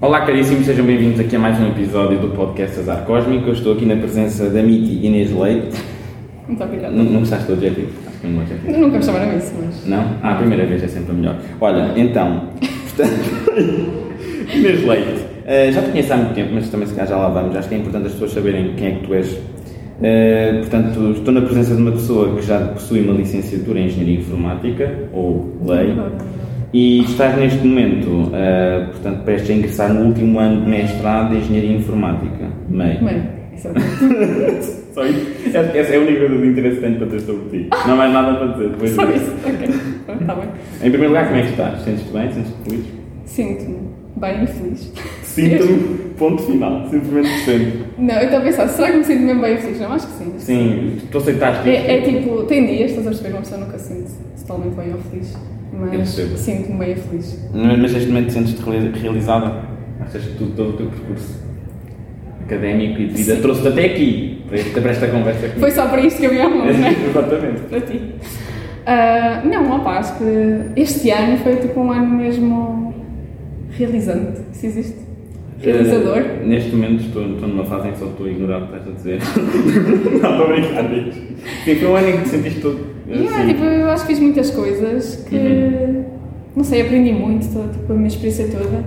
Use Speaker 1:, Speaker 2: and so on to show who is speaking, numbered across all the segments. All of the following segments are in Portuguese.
Speaker 1: Olá caríssimos, sejam bem-vindos aqui a mais um episódio do podcast Azar Cósmico. Eu estou aqui na presença da Miti Inês Leite.
Speaker 2: Muito obrigada.
Speaker 1: Não, não gostaste do adjetivo? Acho que não é um adjetivo.
Speaker 2: Nunca me chamaram isso, mas.
Speaker 1: Não? Ah, a primeira vez é sempre a melhor. Olha, então, portanto, Inês Leite, eh, já te conheço há muito tempo, mas também se calhar já lá vamos, acho que é importante as pessoas saberem quem é que tu és. Eh, portanto, estou na presença de uma pessoa que já possui uma licenciatura em Engenharia Informática, ou Lei, e estás neste momento, eh, portanto, prestes a ingressar no último ano de mestrado de Engenharia Informática, MEI.
Speaker 2: Bem, isso é tudo.
Speaker 1: Só isso. Essa essa é a única coisa de interesse que tenho para ter sobre ti. Não há mais nada para dizer. Depois
Speaker 2: Só
Speaker 1: disso.
Speaker 2: isso. Ok. Está bem.
Speaker 1: Em primeiro lugar, como é que estás? Sentes-te bem? Sentes-te feliz?
Speaker 2: Sinto-me bem e feliz.
Speaker 1: Sinto-me, ponto final, simplesmente sinto.
Speaker 2: Não, eu estava a pensar, será que me sinto mesmo bem e feliz? Não, acho que sim.
Speaker 1: Sim, tu aceitaste isto.
Speaker 2: É, é tipo, tem dias, estás a perceber, uma pessoa nunca se sente totalmente bem ou feliz.
Speaker 1: Eu
Speaker 2: Mas
Speaker 1: percebo.
Speaker 2: sinto-me bem e feliz.
Speaker 1: Mas mas neste momento sentes-te reali- realizada? Achas que tu, todo o teu percurso académico e de vida
Speaker 2: Sim.
Speaker 1: trouxe-te até aqui, para esta, para esta conversa comigo?
Speaker 2: Foi só para isto que eu me amo, não é?
Speaker 1: Exatamente.
Speaker 2: para ti. Ah, não, opa, acho que este ano foi tipo um ano mesmo realizante, se existe. Realizador.
Speaker 1: Eh, neste momento estou, estou numa fase em que só estou a ignorar o que estás a dizer. Não, estou a brincar, diz. Sim, foi um ano em que te sentiste todo.
Speaker 2: Yeah,
Speaker 1: assim, Uhum.
Speaker 2: tipo, eu acho que fiz muitas coisas que, não sei, aprendi muito, toda, tipo, a minha experiência toda.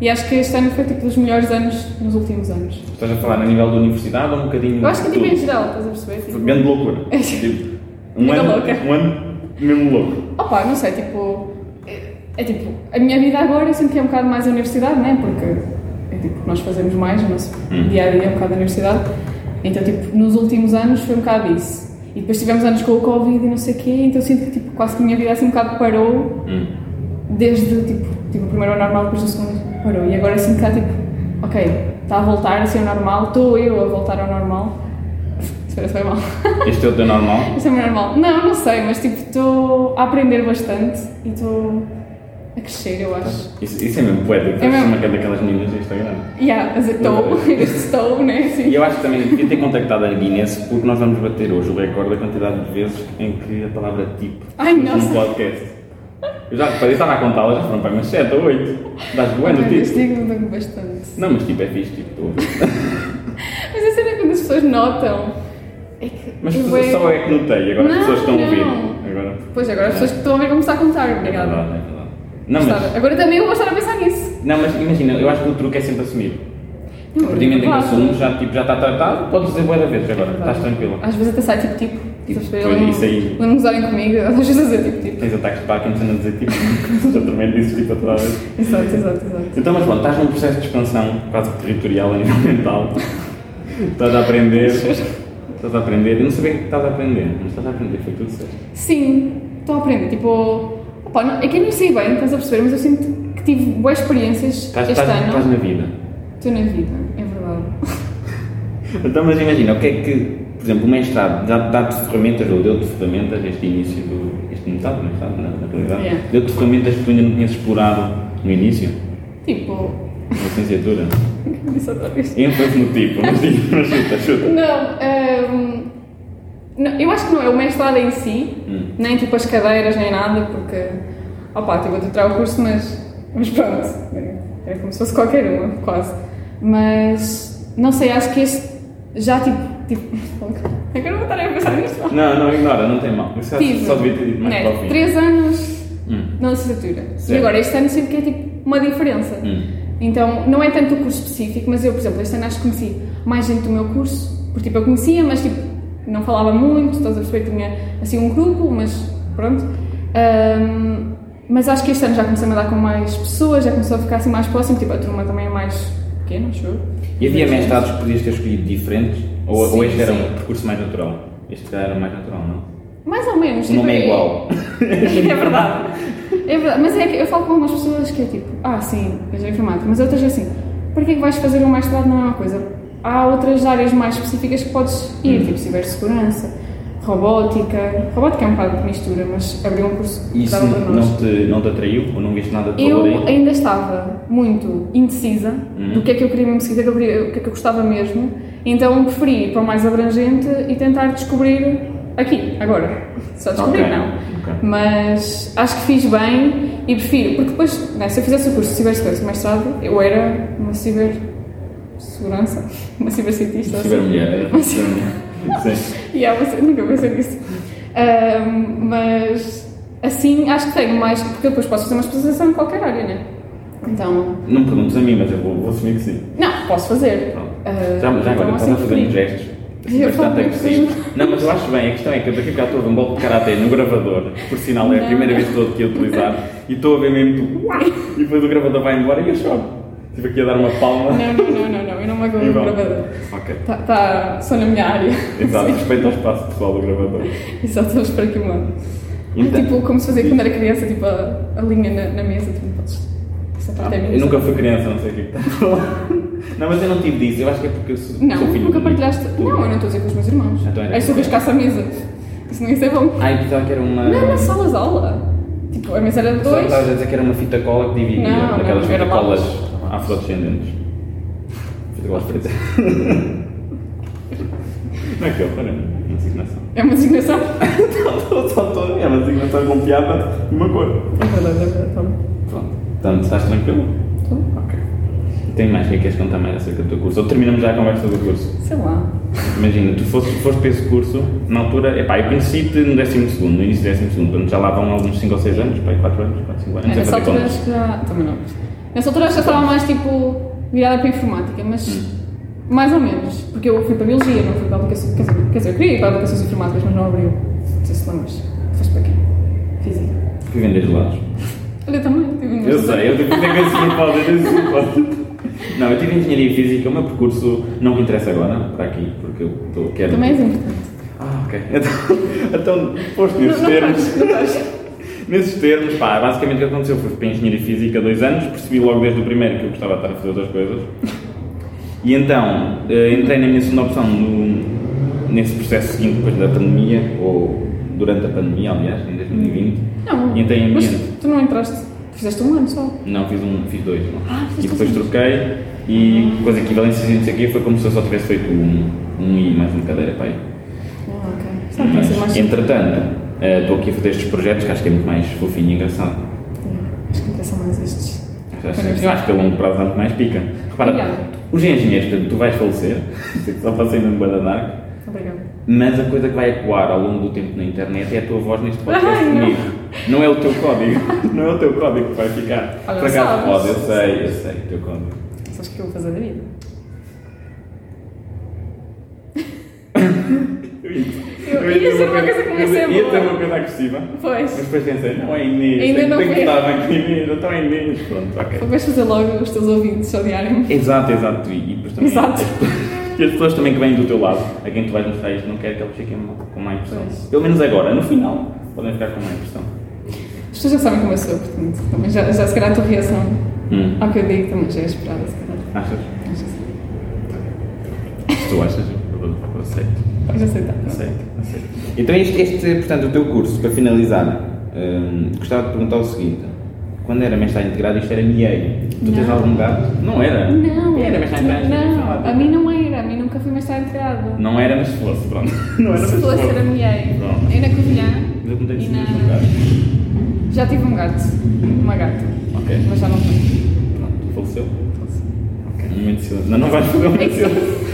Speaker 2: E acho que este ano foi, tipo, dos melhores anos nos últimos anos.
Speaker 1: Estás a falar a nível da universidade ou um bocadinho.
Speaker 2: Eu acho que,
Speaker 1: de
Speaker 2: tipo, em
Speaker 1: tudo?
Speaker 2: geral, estás a perceber?
Speaker 1: Foi
Speaker 2: Tipo,
Speaker 1: grande loucura. Tipo, um,
Speaker 2: Era
Speaker 1: ano,
Speaker 2: louca.
Speaker 1: um ano mesmo louco.
Speaker 2: opa, não sei, tipo, é, é tipo, a minha vida agora eu sinto que é um bocado mais a universidade, né? Porque é tipo, nós fazemos mais, o nosso
Speaker 1: Hum.
Speaker 2: dia a dia é um bocado a universidade. Então, tipo, nos últimos anos foi um bocado isso. E depois tivemos anos com o Covid e não sei o quê, então eu sinto que, tipo, quase que a minha vida assim um bocado parou. desde tipo, tipo o primeiro ao normal, depois do segundo parou. E agora sinto que está tipo, ok, está a voltar assim ao normal, estou eu a voltar ao normal. Espera, se foi mal.
Speaker 1: Este é o teu normal.
Speaker 2: Isto é o meu normal. Não, não sei, mas tipo, estou a aprender bastante e estou a crescer, eu acho.
Speaker 1: Isso, isso é mesmo poético.
Speaker 2: É
Speaker 1: É
Speaker 2: mesmo.
Speaker 1: uma cada daquelas meninas do Instagram.
Speaker 2: Yeah, mas eu estou, eu estou, né?
Speaker 1: E é
Speaker 2: Assim.
Speaker 1: eu acho que também devia ter contactado a Guinness porque nós vamos bater hoje o recorde da quantidade de vezes em que a palavra tipo
Speaker 2: Ai, nossa.
Speaker 1: no podcast. Eu já reparei, estava a contá-la, já foram para mais 7 ou 8. Estás bueno,
Speaker 2: Mas
Speaker 1: tipo.
Speaker 2: Isto digo bastante.
Speaker 1: Não, mas tipo é fixe, tipo. estou a ouvir.
Speaker 2: Mas a cena é quando as pessoas notam. É que.
Speaker 1: Mas
Speaker 2: eu
Speaker 1: só é que notei, agora as
Speaker 2: Não,
Speaker 1: pessoas estão a ouvir.
Speaker 2: não.
Speaker 1: Agora.
Speaker 2: Pois agora as pessoas que estão a ver vão começar a contar, obrigada.
Speaker 1: É verdade, é verdade. Não, mas.
Speaker 2: Gostava. Agora também eu vou estar a pensar nisso.
Speaker 1: Não, mas imagina, eu acho que o truque é sempre assumir. A
Speaker 2: Não,
Speaker 1: partir do momento em que
Speaker 2: claro. É
Speaker 1: assumes, já, tipo, já está tratado, podes dizer boa da vez agora, estás tá tranquilo.
Speaker 2: Às vezes até sai tipo tipo.
Speaker 1: Tipo,
Speaker 2: Tipo,
Speaker 1: pois, isso aí.
Speaker 2: Não me usarem comigo, às vezes é tipo tipo.
Speaker 1: Tens ataques de Parkinson a dizer tipo, já também disse tipo a toda a vez.
Speaker 2: Exato, exato, exato.
Speaker 1: Então, mas pronto, estás num processo de expansão quase que territorial a nível mental. estás a aprender. Estás a aprender. Eu não sabia o que estás a aprender, mas estás a aprender, foi tudo certo.
Speaker 2: Sim, estou a aprender. Tipo, opa, não, é que eu não sei bem, estás a perceber, mas eu sinto que tive boas experiências
Speaker 1: Estás,
Speaker 2: este
Speaker 1: estás, estás
Speaker 2: ano.
Speaker 1: na vida.
Speaker 2: Estou na vida, é verdade.
Speaker 1: Então, mas imagina, o que é que, por exemplo, o mestrado dá- dá-te ferramentas ou deu-te ferramentas este início do. este metade do mestrado, na, na realidade?
Speaker 2: Yeah.
Speaker 1: Deu-te ferramentas que tu ainda não tinhas explorado no início,
Speaker 2: Tipo,
Speaker 1: na licenciatura?
Speaker 2: disse outra vez.
Speaker 1: Entra-se no tipo, mas diz, mas chuta, chuta.
Speaker 2: Não, ehm, não, eu acho que não é o mestrado em si,
Speaker 1: Hum.
Speaker 2: nem tipo as cadeiras, nem nada, porque, opá, tipo, eu estou a tirar o curso, mas, mas pronto, é como se fosse qualquer uma, quase. Mas, não sei, acho que este já tipo, tipo, agora vou estar a pensar nisto.
Speaker 1: Não, não, ignora, não tem mal. Eu só,
Speaker 2: Tive,
Speaker 1: só devia ter dito mais
Speaker 2: né,
Speaker 1: para o fim.
Speaker 2: três anos
Speaker 1: Hum,
Speaker 2: na licenciatura, e
Speaker 1: Certo.
Speaker 2: agora este ano sempre que é tipo uma diferença.
Speaker 1: hum.
Speaker 2: Então, não é tanto o curso específico, mas eu, por exemplo, este ano acho que conheci mais gente do meu curso, porque tipo, eu conhecia, mas tipo, não falava muito, estás a perceber, tinha assim um grupo, mas pronto. Ahm, mas acho que este ano já comecei a mandar com mais pessoas, já começou a ficar assim mais próximo, tipo, a turma também é mais pequena, acho eu.
Speaker 1: E havia mestrados que podias ter escolhido diferentes? Ou, ou
Speaker 2: Sim,
Speaker 1: este era
Speaker 2: sim.
Speaker 1: um percurso mais natural? Este era mais natural, não?
Speaker 2: Mais ou menos.
Speaker 1: O nome
Speaker 2: tipo,
Speaker 1: é igual.
Speaker 2: é verdade. É verdade. Mas é que eu falo com algumas pessoas que é tipo, ah, sim, eu já informática, mas outras é assim, para que é que vais fazer um
Speaker 1: Uhum.
Speaker 2: mestrado? Não é uma coisa. Há outras áreas mais específicas que podes ir, tipo cibersegurança, robótica. Robótica é um bocado de mistura, mas abriu um curso
Speaker 1: E
Speaker 2: que
Speaker 1: isso
Speaker 2: dava para nós.
Speaker 1: não te, não te atraiu? Ou não viste nada de valor
Speaker 2: Eu
Speaker 1: aí?
Speaker 2: ainda estava muito indecisa
Speaker 1: Uhum.
Speaker 2: do que é que eu queria mesmo seguir, do que é que eu, queria, o que é que eu gostava mesmo, então preferi ir para o mais abrangente e tentar descobrir aqui, agora. Só descobrir,
Speaker 1: Ok,
Speaker 2: não.
Speaker 1: ok.
Speaker 2: Mas acho que fiz bem e prefiro, porque depois, né, se eu fizesse o curso de cibersegurança e mestrado, eu era uma cibersegurança, uma cibercientista.
Speaker 1: Tiver mulher, era
Speaker 2: Mas-
Speaker 1: tiver mulher. Sim.
Speaker 2: E há você, nunca pensei nisso. Ahm, mas assim acho que tenho mais, porque eu depois posso fazer uma especialização em qualquer área, né? Então,
Speaker 1: Não me perguntes a mim, mas eu vou, vou assumir que sim.
Speaker 2: não, posso fazer.
Speaker 1: Pronto.
Speaker 2: Ah,
Speaker 1: já, já agora,
Speaker 2: então,
Speaker 1: estás a
Speaker 2: assim,
Speaker 1: fazer uns gestos. Assim,
Speaker 2: Eu
Speaker 1: bastante
Speaker 2: falo
Speaker 1: agressivos. Não, mas eu acho bem, a questão é que eu daqui a bocado estou a ver um bolo de karatê no gravador, por sinal é a
Speaker 2: Não.
Speaker 1: primeira vez toda que eu utilizar, e estou a ver mesmo tu, uau, e depois o gravador vai embora e eu choro. Estive aqui a dar uma palma.
Speaker 2: Não, não, não, não, não, eu não me
Speaker 1: e
Speaker 2: aguento
Speaker 1: vão.
Speaker 2: gravador.
Speaker 1: Ok.
Speaker 2: Tá, tá, só na minha área.
Speaker 1: Exato, respeita o espaço pessoal do gravador.
Speaker 2: E só estamos para aqui um lado.
Speaker 1: Então.
Speaker 2: tipo, como se fazia quando era criança, tipo, a, a linha na, na mesa, tipo, podes. Essa parte é minha.
Speaker 1: Ah, Eu nunca fui criança, não sei o que é que está a falar. Não, mas eu não tive disso, eu acho que é porque eu sou,
Speaker 2: Não,
Speaker 1: sou filho
Speaker 2: nunca
Speaker 1: único.
Speaker 2: partilhaste.
Speaker 1: Tu?
Speaker 2: Não, eu não estou a dizer com os meus irmãos.
Speaker 1: Então era
Speaker 2: É só
Speaker 1: com
Speaker 2: cascasse a mesa. Isso não ia ser bom.
Speaker 1: Ah, eu pensava que era uma.
Speaker 2: Não, na sala de aula. Tipo, a mesa era de
Speaker 1: Só
Speaker 2: dois.
Speaker 1: estavas a dizer que era uma fita cola que dividia
Speaker 2: Não, não,
Speaker 1: aquelas
Speaker 2: era
Speaker 1: fita colas afrodescendentes. Fita colas pretas. não é que eu, para uma designação.
Speaker 2: É uma designação.
Speaker 1: Não, só estou. É uma designação com piada e uma cor.
Speaker 2: É verdade, é
Speaker 1: tá
Speaker 2: verdade. Toma.
Speaker 1: Pronto, portanto, estás tranquilo?
Speaker 2: Então,
Speaker 1: um? Ok. Tem mais o que é que queres contar mais acerca do teu curso? Ou terminamos já a conversa do curso?
Speaker 2: Sei lá.
Speaker 1: Imagina, tu foste, foste para esse curso, na altura, epá, eu conheci-te no 12, no início do 12, portanto já lá vão alguns 5 ou 6 anos, pai, 4 anos, 4, 5 anos,
Speaker 2: É,
Speaker 1: a
Speaker 2: nessa
Speaker 1: fazer
Speaker 2: altura
Speaker 1: contas.
Speaker 2: acho que já. Também não. Nessa altura acho que já estava mais tipo virada para a informática, mas
Speaker 1: Hum.
Speaker 2: mais ou menos. Porque eu fui para a Biologia, não fui para a Educação. Quer dizer, quer dizer, eu queria ir para a Educações Informáticas, mas não abriu. Não sei se te lembras. Foste para quê? Física.
Speaker 1: Fui vender gelados.
Speaker 2: Olha, também tive um uma
Speaker 1: Eu sei, eu tive que ter esse propósito, esse propósito. Não, eu tive engenharia física, o meu percurso não me interessa agora, para aqui, porque eu estou, quero.
Speaker 2: Também é assim. és importante.
Speaker 1: Ah, ok. Então, então foste nesses
Speaker 2: Não, não
Speaker 1: termos.
Speaker 2: faz, não faz.
Speaker 1: Nesses termos, pá, basicamente o que aconteceu foi para a engenharia física há dois anos, percebi logo desde o primeiro que eu gostava de estar a fazer outras coisas. E então eh, entrei na minha segunda opção no- nesse processo seguinte depois da pandemia, ou durante a pandemia, aliás, em 2020.
Speaker 2: Não.
Speaker 1: E entrei em ambiente.
Speaker 2: Mas tu não entraste. Tu fizeste um ano só.
Speaker 1: Não, fiz um, fiz dois. não.
Speaker 2: Ah,
Speaker 1: e
Speaker 2: fizeste
Speaker 1: depois
Speaker 2: dois. Ah.
Speaker 1: troquei e com as equivalências e não sei o quê, foi como se eu só tivesse feito um, um I mais uma cadeira, pá.
Speaker 2: Ah, ok. Sabe,
Speaker 1: Mas,
Speaker 2: mas, mais...
Speaker 1: entretanto, eh, estou aqui a fazer estes projetos que acho que é muito mais fofinho e engraçado.
Speaker 2: É, Acho que interessam mais estes.
Speaker 1: Acho- Eu acho que a longo prazo dá muito mais pica. Repara,
Speaker 2: Obrigada.
Speaker 1: os engenheiros, portanto, tu vais falecer, só passei no Guadalajara,
Speaker 2: Obrigada.
Speaker 1: mas a coisa que vai ecoar ao longo do tempo na internet é a tua voz neste podcast
Speaker 2: Ai, não.
Speaker 1: comigo. Não. é o teu código, não é o teu código que vai ficar.
Speaker 2: Olha,
Speaker 1: Por acaso
Speaker 2: sabes.
Speaker 1: pode, eu sei, eu sei o teu código.
Speaker 2: Sabes o que eu vou fazer da vida? Eu ia ser uma coisa que não ia ser
Speaker 1: Ia ter
Speaker 2: boa.
Speaker 1: uma coisa agressiva, mas
Speaker 2: Pois.
Speaker 1: depois pensei, não é Inês,
Speaker 2: Ainda
Speaker 1: tem,
Speaker 2: não
Speaker 1: tem que
Speaker 2: foi.
Speaker 1: estar bem com Inês, então é Inês, pronto, ok.
Speaker 2: Só vais fazer logo os teus ouvintes odiarem-me.
Speaker 1: Exato, exato. E, e depois também.
Speaker 2: Exato.
Speaker 1: E as pessoas também que vêm do teu lado, a quem tu vais mostrar isto, não quero que elas fiquem com má impressão.
Speaker 2: Pois.
Speaker 1: Pelo menos agora, no final, podem ficar com má impressão.
Speaker 2: As pessoas já sabem como eu sou, portanto. Também já, já se calhar a tua reação
Speaker 1: Hum.
Speaker 2: ao que eu digo também já é esperada, se calhar.
Speaker 1: Achas?
Speaker 2: Já sei.
Speaker 1: Se tu achas, eu eu aceito.
Speaker 2: Podes aceitar.
Speaker 1: Aceito, aceito. Então, este, este, portanto, o teu curso, para finalizar, hum, gostava de perguntar o seguinte. Quando era mestrado integrado, isto era MIEI. Tu tens
Speaker 2: Não.
Speaker 1: algum gato? Não era?
Speaker 2: Não,
Speaker 1: Era é mestrado integrado.
Speaker 2: não, a mim não era, a mim nunca fui mais tarde integrada.
Speaker 1: Não era, mas se fosse, pronto. Não era,
Speaker 2: Se
Speaker 1: mas
Speaker 2: fosse, era mulher.
Speaker 1: Pronto.
Speaker 2: E na Covilhã,
Speaker 1: Mas eu contei-te
Speaker 2: E
Speaker 1: sempre
Speaker 2: na-
Speaker 1: um gato.
Speaker 2: já tive um gato, uma gata,
Speaker 1: Ok.
Speaker 2: mas já não tenho.
Speaker 1: Pronto, faleceu. Um momento de silêncio. Não, não vais fazer um
Speaker 2: É
Speaker 1: momento de silêncio.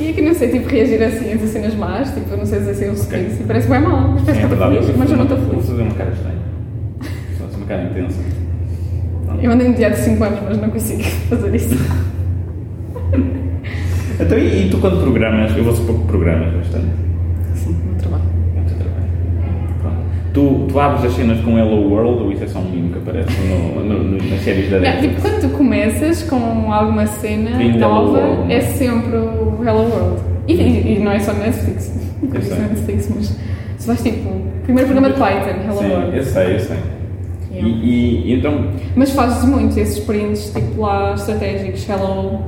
Speaker 2: E é que não sei tipo, reagir assim às cenas más, tipo, eu não sei dizer assim, eu sorriso e parece bem mal, mas parece
Speaker 1: Sim,
Speaker 2: que
Speaker 1: é
Speaker 2: eu estou
Speaker 1: verdade.
Speaker 2: feliz, mas eu não estou feliz.
Speaker 1: Vou fazer uma cara estranha. Vou fazer uma cara intensa.
Speaker 2: Eu andei no dia de 5 anos, mas não consigo fazer isso.
Speaker 1: Então, e, e tu quando programas? Eu vou supor que programas bastante.
Speaker 2: Sim, no trabalho.
Speaker 1: É o teu trabalho. Pronto. Tu, tu abres as cenas com Hello World ou isso é só um mimo que aparece no, no- no- nas séries da
Speaker 2: Não,
Speaker 1: Netflix?
Speaker 2: tipo, quando tu começas com alguma cena
Speaker 1: Vem da Hello
Speaker 2: nova,
Speaker 1: World.
Speaker 2: é sempre o Hello World. E, e- e não é só Netflix. Não é só
Speaker 1: sei.
Speaker 2: Netflix, mas se vais tipo, primeiro programa de Python, Hello
Speaker 1: Sim,
Speaker 2: World.
Speaker 1: eu sei, eu sei.
Speaker 2: Yeah.
Speaker 1: E, e- e então,
Speaker 2: Mas fazes muito esses prints, tipo lá, estratégicos, hello,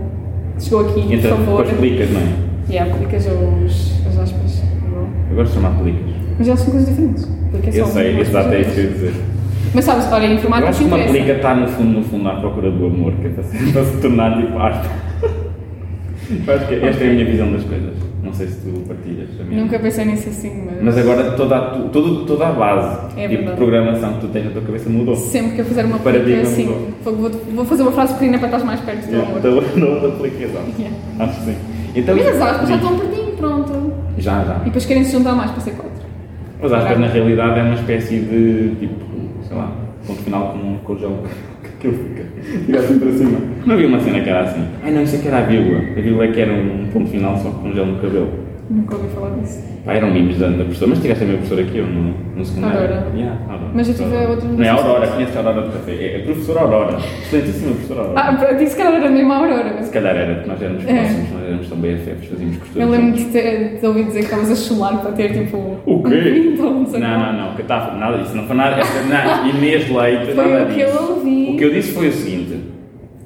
Speaker 2: chegou aqui, por
Speaker 1: então
Speaker 2: favor.
Speaker 1: depois clicas, não é?
Speaker 2: E yeah, aplicas os, as aspas. não?
Speaker 1: Eu gosto de chamar películas.
Speaker 2: Mas elas são coisas diferentes. Porque é só
Speaker 1: Eu
Speaker 2: um
Speaker 1: sei,
Speaker 2: tipo de
Speaker 1: exato, é
Speaker 2: coisa.
Speaker 1: isso que eu ia dizer.
Speaker 2: Mas sabes, olha,
Speaker 1: Eu
Speaker 2: informática
Speaker 1: acho que uma
Speaker 2: interessa.
Speaker 1: película está no fundo, no fundo, à procura do amor, que é para se, para se tornar tipo arte. Eu acho que esta é a minha visão das coisas. Não sei se tu partilhas a minha.
Speaker 2: Nunca pensei nisso assim, mas...
Speaker 1: Mas agora toda a, tu- todo- toda a base tipo,
Speaker 2: É
Speaker 1: de
Speaker 2: verdade.
Speaker 1: programação que tu tens na tua cabeça mudou.
Speaker 2: Sempre que eu fizer uma
Speaker 1: Paradigma
Speaker 2: película assim,
Speaker 1: mudou.
Speaker 2: vou, vou- vou fazer uma frase pequenina para estás mais perto do amor.
Speaker 1: Então, não da aplicação.
Speaker 2: Yeah.
Speaker 1: Acho que sim. Então,
Speaker 2: Mas as aspas já estão pertinho, pronto.
Speaker 1: Já, já.
Speaker 2: E depois querem se juntar mais para ser quatro.
Speaker 1: Mas acho que na realidade é uma espécie de tipo, sei lá, ponto final com, com o jogo que ele fica tirado para cima. Não havia uma cena que era assim. Ai não, isso é que era a vírgula. A vírgula é que era um ponto final só com gel no cabelo.
Speaker 2: Nunca ouvi falar disso.
Speaker 1: Pá, eram mimos da, da professora, mas tiveste a mesma professora que eu no, no secundário.
Speaker 2: Aurora.
Speaker 1: Yeah, Aurora.
Speaker 2: Mas eu tive a outra
Speaker 1: Não é a
Speaker 2: professora.
Speaker 1: Aurora, conhece a Aurora do Café. É a professora Aurora. Excelentíssima professora Aurora.
Speaker 2: Ah, pronto, isso se calhar era mesmo a Aurora.
Speaker 1: Se calhar era, porque nós éramos
Speaker 2: É.
Speaker 1: próximos, nós éramos tão BFFs, fazíamos costuras.
Speaker 2: Eu lembro de ter de ouvir dizer que estavas a chular para ter tipo.
Speaker 1: O quê?
Speaker 2: Um pinto, não sei
Speaker 1: Não,
Speaker 2: como.
Speaker 1: não, não, que tá, nada disso, não foi nada, essa- não, Inês Leite,
Speaker 2: Foi
Speaker 1: nada
Speaker 2: o que
Speaker 1: disso.
Speaker 2: eu ouvi.
Speaker 1: O que eu disse foi o seguinte,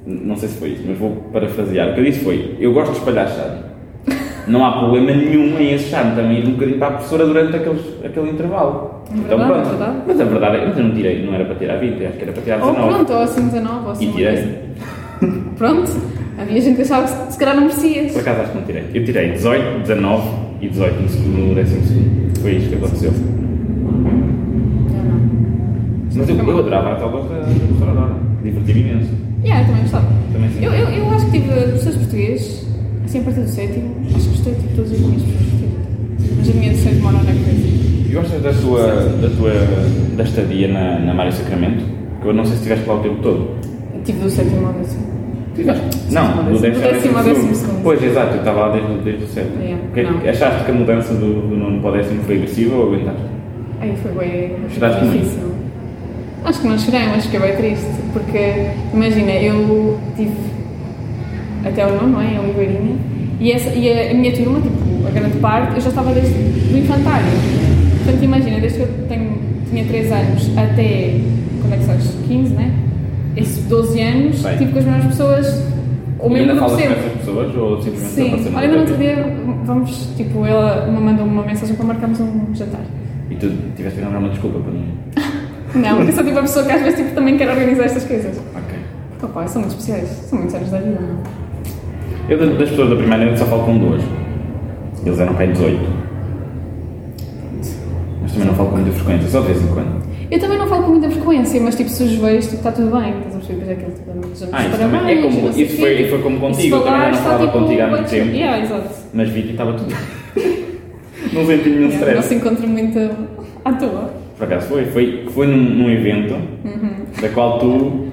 Speaker 1: n- não sei se foi isso, mas vou parafrasear, o que eu disse foi, eu gosto de espalhar charme, não há problema nenhum em esse charme também ir um bocadinho para a professora durante aqueles, aquele intervalo. Então,
Speaker 2: É verdade, é verdade.
Speaker 1: Mas a verdade é que eu não tirei, não era para tirar 20, acho que era para tirar
Speaker 2: Ou
Speaker 1: 19.
Speaker 2: pronto, ou assim 19, ou assim.
Speaker 1: e é?
Speaker 2: uma coisa.
Speaker 1: tirei,
Speaker 2: Pronto, havia gente que achava que se- se calhar não merecias.
Speaker 1: por acaso acho que não tirei, eu tirei 18, 19 e 18 no segundo, no décimo segundo, foi isso que aconteceu.
Speaker 2: Não, não.
Speaker 1: Mas eu, eu adorava a tal voz da da professora Dora, diverti-me imenso.
Speaker 2: Yeah, eu também gostava.
Speaker 1: Também sim.
Speaker 2: Eu, eu, eu acho que tive professores português, assim a partir do sétimo, acho que gostei tipo, de todos os meus professores. Mas a minha do sétimo ano era crazy.
Speaker 1: E gostas da tua, da tua da estadia na, na Mário Sacramento? Que eu não sei se estiveste lá o tempo todo.
Speaker 2: Tive do sétimo ano assim.
Speaker 1: Tiveste? Não, do décimo, ao
Speaker 2: décimo ao décimo segundo.
Speaker 1: Pois, exato, eu estava lá desde, o- desde o sétimo.
Speaker 2: Yeah,
Speaker 1: O que é que-
Speaker 2: não.
Speaker 1: achaste que a mudança do, do nono para o décimo foi agressiva ou aguentaste?
Speaker 2: Aí foi bem
Speaker 1: Choraste muito?
Speaker 2: difícil. Acho que não chorei, mas fiquei bem triste. Porque, imagina, eu tive até o nono, não é? O Ibarinha. E, essa, e a, a minha turma, tipo, a grande parte, eu já estava desde o infantário. Portanto, imagina, desde que eu tenho, tinha 3 anos até, como é que sabes, 15, né? Esses 12 anos,
Speaker 1: Bem.
Speaker 2: tive com as mesmas pessoas, ou
Speaker 1: E
Speaker 2: mesmo
Speaker 1: ainda
Speaker 2: grupo
Speaker 1: falas com então
Speaker 2: sempre.
Speaker 1: essas pessoas ou simplesmente
Speaker 2: Sim,
Speaker 1: apareceu na
Speaker 2: olha, no
Speaker 1: tua
Speaker 2: outro
Speaker 1: vida?
Speaker 2: dia, vamos, tipo, ela me mandou uma mensagem para marcarmos um jantar.
Speaker 1: E tu tiveste que arranjar uma desculpa para mim.
Speaker 2: Não, porque eu sou tipo a pessoa que às vezes tipo, também quer organizar estas coisas.
Speaker 1: Ok.
Speaker 2: Porque, opá, são muito especiais, são muitos anos da vida. não é?
Speaker 1: Eu das- das pessoas da primeira eu só falo com duas. Eles eram para aí 18. Mas também não falo com muita frequência, só de vez em quando.
Speaker 2: Eu também não falo com muita frequência, mas tipo, se os vejo, tipo, está tudo bem. Estás a perceber depois é aquilo, tipo, damos
Speaker 1: Ah, isso
Speaker 2: parabéns,
Speaker 1: também é como-
Speaker 2: não sei
Speaker 1: isso
Speaker 2: quê.
Speaker 1: foi- foi como
Speaker 2: E se
Speaker 1: contigo, eu também já não
Speaker 2: assim, tipo, falares, tipo, está,
Speaker 1: falava contigo há muito
Speaker 2: bate-
Speaker 1: tempo.
Speaker 2: Yeah, exato.
Speaker 1: Mas vi que estava tudo. não senti nenhum
Speaker 2: Yeah, não
Speaker 1: stress.
Speaker 2: se encontra muito à toa. Uhum,
Speaker 1: Por acaso foi? Foi, foi num, num evento da qual tu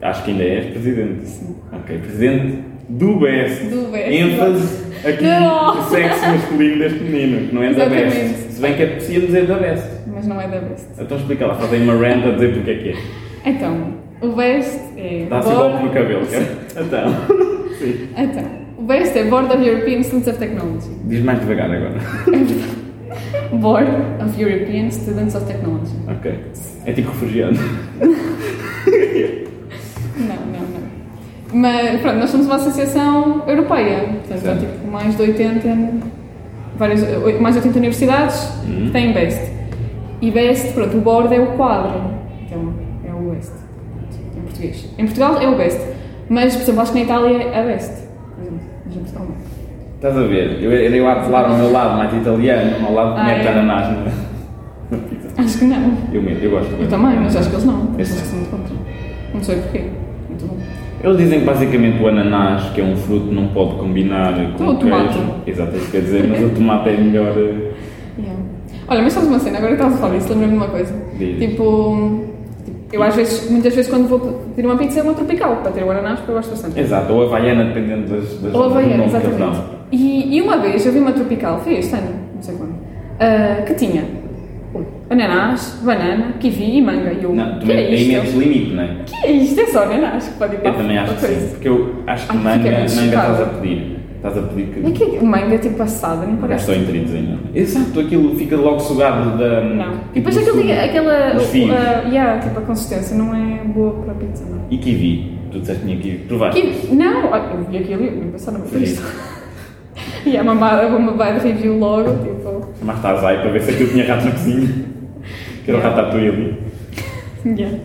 Speaker 1: acho que ainda és presidente. Sim. Ok, presidente do BES.
Speaker 2: Do BES,
Speaker 1: Ênfase aqui
Speaker 2: Não.
Speaker 1: no sexo masculino deste menino, que não é da
Speaker 2: Exatamente.
Speaker 1: BES. Se bem que é preciso dizer da BES.
Speaker 2: Mas não é da best.
Speaker 1: Então explica lá, fazem uma rant a dizer porque é que é.
Speaker 2: Então, o best é.
Speaker 1: Dá-se
Speaker 2: born-
Speaker 1: golpe no cabelo, cara. Então, sim.
Speaker 2: Então, o best é Board of European Students of Technology.
Speaker 1: Diz mais devagar agora.
Speaker 2: Board of European Students of Technology.
Speaker 1: Ok. É tipo refugiado.
Speaker 2: Não, não, não. Mas pronto, nós somos uma associação europeia, portanto há
Speaker 1: Certo.
Speaker 2: tipo mais de 80, várias, oi- mais de 80 universidades
Speaker 1: Uhum.
Speaker 2: que têm BEST. E BEST, pronto, o board é o quadro, então é o BEST, em português. Em Portugal é o BEST, mas por exemplo acho que na Itália é a BEST, por exemplo, mas em Portugal não.
Speaker 1: Estás a ver? Eu irei lá falar ao meu lado mais italiano, ao lado que
Speaker 2: Ah,
Speaker 1: mete
Speaker 2: é?
Speaker 1: ananás na- na pizza.
Speaker 2: Acho que não.
Speaker 1: Eu mesmo, eu gosto.
Speaker 2: Eu também, mas acho que eles não, eles
Speaker 1: Esse-
Speaker 2: acho que são muito contra. Não sei porquê, muito bom.
Speaker 1: Eles dizem que basicamente o ananás, que é um fruto, não pode combinar com
Speaker 2: Com Então, o tomate.
Speaker 1: queijo. Exato, é isso que quer dizer, mas o tomate é melhor. eh,
Speaker 2: Yeah. Olha, mas sabes uma cena, agora que estavas a falar disso, lembra-me de uma coisa.
Speaker 1: Diz.
Speaker 2: Tipo, eu às vezes, muitas vezes quando vou pedir uma pizza é uma tropical, para ter o ananás, porque eu gosto bastante.
Speaker 1: Exato, ou havaiana, dependendo das. das
Speaker 2: Ou havaiana,
Speaker 1: do nome É, que eles
Speaker 2: exatamente.
Speaker 1: dão.
Speaker 2: E, e uma vez eu vi uma tropical, foi este ano, não sei quando, ah, que tinha ananás, banana, kiwi e manga. E eu,
Speaker 1: Não, tu
Speaker 2: que é
Speaker 1: metes- aí
Speaker 2: isto?
Speaker 1: metes limite, não é?
Speaker 2: que é isto? É só ananás que pode ir para
Speaker 1: Eu também acho que
Speaker 2: outra
Speaker 1: sim,
Speaker 2: coisa.
Speaker 1: porque eu acho que
Speaker 2: Ah,
Speaker 1: manga,
Speaker 2: fiquei
Speaker 1: manga
Speaker 2: muito
Speaker 1: estás a
Speaker 2: chocada.
Speaker 1: pedir. Estás a pedir
Speaker 2: É
Speaker 1: que.
Speaker 2: que manga é tipo assada, nem parece.
Speaker 1: Gastou em trinos ainda. Exato, aquilo fica logo sugado da.
Speaker 2: Não.
Speaker 1: tipo,
Speaker 2: E depois
Speaker 1: do
Speaker 2: aquele,
Speaker 1: sumo,
Speaker 2: aquela.
Speaker 1: dos fios.
Speaker 2: ah, yeah, tipo, a consistência não é boa para a pizza, não.
Speaker 1: E kiwi. Tu disseste que tinha kiwi. Provaste.
Speaker 2: Que, não, ah, eu vi aquilo e eu passar na minha
Speaker 1: Sim.
Speaker 2: lista. E a mamada, a mamada review logo, tipo.
Speaker 1: mais Tarzai para ver se aquilo tinha ratos na cozinha. Que era o
Speaker 2: Yeah.
Speaker 1: Ratatouille.
Speaker 2: Yeah.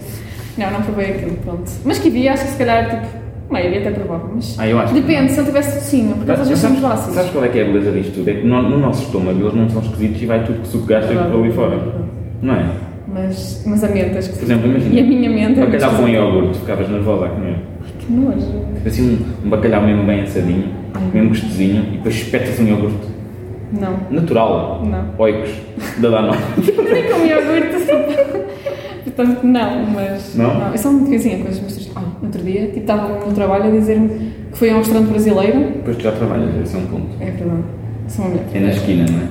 Speaker 2: Não, não provei aquilo, pronto. Mas que dia, acho que se calhar, tipo, meio dia até provava, mas.
Speaker 1: Ah, eu acho que
Speaker 2: Depende, se ele tivesse tocinho, porque nós às vezes somos
Speaker 1: sabes,
Speaker 2: lácidos.
Speaker 1: sabes qual é que é a beleza disto tudo? É que no, no nosso estômago eles não são esquisitos e vai tudo que suco gasta para ali fora. Não é?
Speaker 2: Mas, mas a mente, acho que
Speaker 1: Por exemplo, imagina.
Speaker 2: E a minha mente é muito
Speaker 1: Bacalhau com
Speaker 2: esquisita.
Speaker 1: iogurte, ficavas nervosa a comer.
Speaker 2: Que nojo.
Speaker 1: Assim, um, um bacalhau mesmo bem assadinho,
Speaker 2: Uhum.
Speaker 1: mesmo gostosinho, e depois espetas um iogurte
Speaker 2: Não.
Speaker 1: natural.
Speaker 2: Não.
Speaker 1: Oicos, da Danone.
Speaker 2: Nem com iogurte. assim. Portanto, não, mas.
Speaker 1: Não?
Speaker 2: Eu só me dizia coisas, mas tipo, olha, outro dia, tipo, estava no trabalho a dizer-me que foi a um restaurante brasileiro.
Speaker 1: depois tu já trabalhas, esse é um ponto.
Speaker 2: É, perdão, sou uma mulher.
Speaker 1: É na esquina, não é?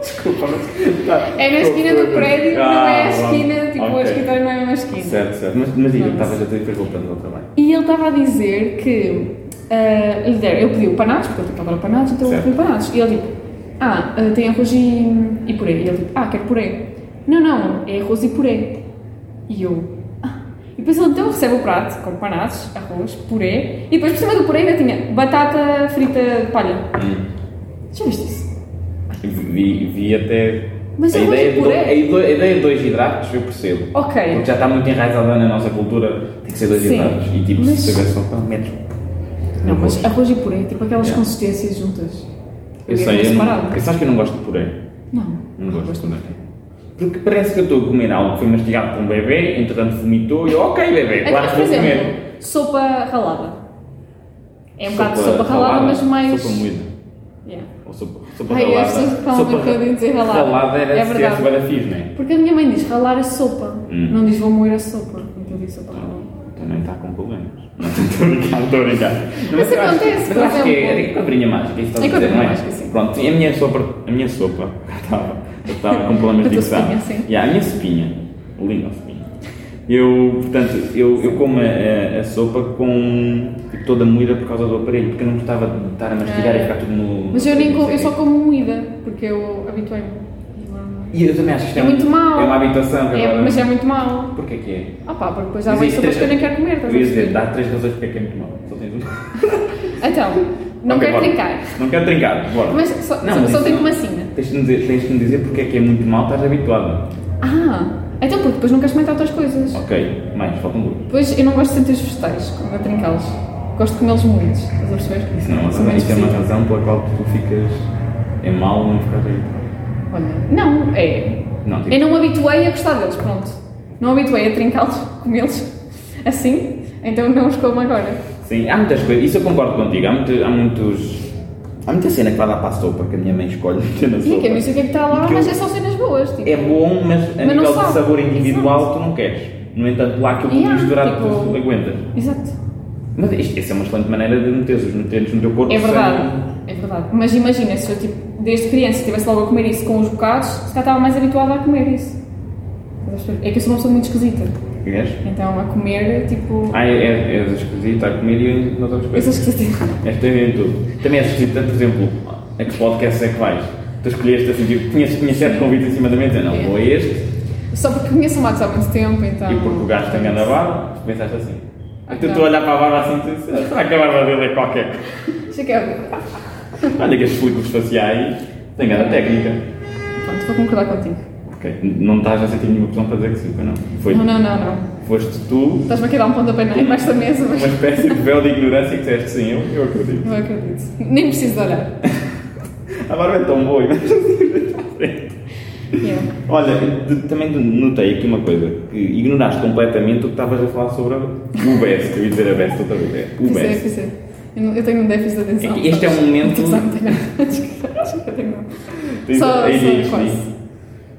Speaker 1: Desculpa, mas.
Speaker 2: É na esquina do prédio, não é a esquina, tipo, o
Speaker 1: a
Speaker 2: escritório não é uma esquina.
Speaker 1: ah, Certo, certo. Mas, mas diga,
Speaker 2: Não, mas-
Speaker 1: estavas a dizer depois voltando ao trabalho.
Speaker 2: E ele estava a dizer que ah, lhe deram- eu pedi o panados, porque eu tipo, adoro panados, então eu
Speaker 1: Certo.
Speaker 2: pedi panados. E ele tipo, ah, ah, tem arroz e, e purê. E ele tipo, ah, quero purê. Não, não, é arroz e purê. E eu, ah. E depois ele então recebe o prato com panados, arroz, purê, e depois por cima do purê ainda tinha batata frita de palha.
Speaker 1: Hum.
Speaker 2: Já viste isso?
Speaker 1: Vi, vi até.
Speaker 2: Mas
Speaker 1: a
Speaker 2: é
Speaker 1: ideia,
Speaker 2: muito
Speaker 1: de do-
Speaker 2: puré.
Speaker 1: a ido- a ideia de dois hidratos eu percebo.
Speaker 2: Ok.
Speaker 1: Porque já está muito enraizada na nossa cultura, tem que ser dois
Speaker 2: É. Sim.
Speaker 1: hidratos. E tipo,
Speaker 2: Mas-
Speaker 1: se tiver só pá, metes.
Speaker 2: Não,
Speaker 1: no
Speaker 2: mas
Speaker 1: rosto.
Speaker 2: arroz e purê, tipo aquelas
Speaker 1: Yeah.
Speaker 2: consistências juntas.
Speaker 1: Eu
Speaker 2: ia
Speaker 1: sei, eu não.
Speaker 2: separado.
Speaker 1: Eu sabes que eu não gosto de puré.
Speaker 2: Não.
Speaker 1: Não gosto também. Porque parece que eu estou a comer algo que foi mastigado por um bebê, entretanto vomitou e eu, ok bebê,
Speaker 2: Então,
Speaker 1: claro que
Speaker 2: por
Speaker 1: vou
Speaker 2: exemplo,
Speaker 1: comer.
Speaker 2: sopa ralada. É um bocado de sopa ralada, mas mais.
Speaker 1: Sopa moída.
Speaker 2: Yeah.
Speaker 1: Ou sopa, sopa
Speaker 2: Ai,
Speaker 1: ralada.
Speaker 2: as pessoas falam
Speaker 1: Sopa
Speaker 2: um bocadinho de dizer ralada.
Speaker 1: Ralada era
Speaker 2: É
Speaker 1: se
Speaker 2: verdade.
Speaker 1: tivesse barafis, não é?
Speaker 2: Porque a minha mãe diz ralar a sopa,
Speaker 1: Hum.
Speaker 2: não diz vou moer a sopa. Então diz sopa ralada.
Speaker 1: Também então está com problemas. Não estou a brincar, estou a brincar. Não,
Speaker 2: Mas
Speaker 1: eu acho-
Speaker 2: acontece,
Speaker 1: mas
Speaker 2: por
Speaker 1: eu acho que é,
Speaker 2: exemplo.
Speaker 1: é cobrinha mágica, isso está
Speaker 2: É
Speaker 1: a dizer,
Speaker 2: cobrinha
Speaker 1: não é?
Speaker 2: mágica, sim.
Speaker 1: Pronto, e a minha sopa, a minha sopa, estava, eu estava com problemas
Speaker 2: A
Speaker 1: de
Speaker 2: tua
Speaker 1: dicção.
Speaker 2: sopinha, sim.
Speaker 1: E a minha sopinha, linda sopinha. Eu, portanto, eu, eu como a, a- a sopa com tipo, toda moída por causa do aparelho, porque eu não gostava de estar a mastigar e ficar tudo no.
Speaker 2: É. Mas eu, nem
Speaker 1: no-
Speaker 2: co- eu só como moída, porque eu habituei-me.
Speaker 1: E eu também acho que isto
Speaker 2: É muito mau.
Speaker 1: É uma habitação que
Speaker 2: É,
Speaker 1: agora.
Speaker 2: mas é muito mau.
Speaker 1: Porquê que é?
Speaker 2: Ah pá, porque depois há bem
Speaker 1: Existem
Speaker 2: sopas que eu nem quero comer.
Speaker 1: Eu
Speaker 2: estás a
Speaker 1: ia dizer,
Speaker 2: perceber?
Speaker 1: dá três razões porque é que é muito mau. Só tens uma.
Speaker 2: Então, não
Speaker 1: Ok,
Speaker 2: quero
Speaker 1: bora.
Speaker 2: trincar.
Speaker 1: Não quero trincar, bora.
Speaker 2: Mas só,
Speaker 1: Não,
Speaker 2: só,
Speaker 1: mas
Speaker 2: só
Speaker 1: isso
Speaker 2: tenho
Speaker 1: não-
Speaker 2: uma sina.
Speaker 1: Tens de, me dizer, tens de me dizer porque é que é muito mal, estás habituada.
Speaker 2: Ah, então porque depois não queres comentar outras coisas.
Speaker 1: Ok, mais, faltam duas.
Speaker 2: Depois eu não gosto de sentir os vegetais quando eu trincá-los. Gosto de comê-los moídos, estás a perceber?
Speaker 1: Isso não,
Speaker 2: São
Speaker 1: isso
Speaker 2: bem
Speaker 1: é uma
Speaker 2: esquisitos.
Speaker 1: razão pela qual tu ficas. É mal não ficar habituada.
Speaker 2: Olha, não, é.
Speaker 1: Não, tipo-
Speaker 2: Eu não me habituei a gostar deles, pronto. Não me habituei a trincá-los, comê-los assim, então não os como agora.
Speaker 1: Sim, há muitas coisas, isso eu concordo contigo, há, muito, há muitos. Há muita cena que vai dar para a sopa que a minha mãe escolhe meter na sopa.
Speaker 2: E é que eu não sei o que é que está lá,
Speaker 1: Que eu-
Speaker 2: mas é só cenas boas, tipo.
Speaker 1: É bom, mas a
Speaker 2: Mas não
Speaker 1: nível de
Speaker 2: sabe.
Speaker 1: sabor individual tu não queres. No entanto, lá aquilo que
Speaker 2: Yeah,
Speaker 1: misturado
Speaker 2: tipo-
Speaker 1: tu aguentas.
Speaker 2: Exato.
Speaker 1: Mas isto, essa é uma excelente maneira de meter os nutrientes no teu corpo.
Speaker 2: É
Speaker 1: sem-
Speaker 2: verdade, é verdade. Mas imagina, se eu, tipo, desde criança estivesse logo a comer isso com os bocados, se calhar estava mais habituada a comer isso. Estás a perceber? É que eu sou uma pessoa muito esquisita.
Speaker 1: Vês?
Speaker 2: Então, a comer, tipo.
Speaker 1: Ah, é- é- és esquisita a comer e noutras
Speaker 2: Eu sou
Speaker 1: coisas.
Speaker 2: esquisita.
Speaker 1: És também em tudo. Também és esquisita, por exemplo, a que podcast é que vais? Tu escolheste assim, tipo, tinhas, tinhas sete convites em cima da mesa, não,
Speaker 2: É.
Speaker 1: vou a este,
Speaker 2: Só porque conheço o Max há muito tempo, então.
Speaker 1: e porque o gajo tem grande a barba, pensaste assim.
Speaker 2: Ah,
Speaker 1: Então
Speaker 2: tá.
Speaker 1: estou a olhar para a barba assim, tu dizes, será que a barba dele é qualquer?
Speaker 2: Chega.
Speaker 1: Olha que estes folículos faciais têm grande técnica.
Speaker 2: Pronto, vou concordar contigo.
Speaker 1: Ok, não estás a sentir nenhuma pressão para dizer que sim, pois não. Foi,
Speaker 2: Não, não, não, não.
Speaker 1: Foste tu
Speaker 2: Estás-me aqui a dar um pontapé na- embaixo da mesa, mas
Speaker 1: Uma espécie de véu de ignorância que disseste sim, eu, eu acredito.
Speaker 2: não acredito. Nem preciso de olhar.
Speaker 1: A barba é tão boa, mas
Speaker 2: Yeah.
Speaker 1: Olha, de- também de- notei aqui uma coisa, que ignoraste completamente o que estavas a falar sobre a... o best, eu ia dizer a best outra vez, é, o
Speaker 2: Pois é,
Speaker 1: best.
Speaker 2: pois é. Eu, não- eu tenho um déficit de atenção.
Speaker 1: É que este é um momento-
Speaker 2: Atenção, não tenho nada. Desculpa, acho que eu tenho nada.
Speaker 1: Tens
Speaker 2: Só,
Speaker 1: ADHD.
Speaker 2: só quase.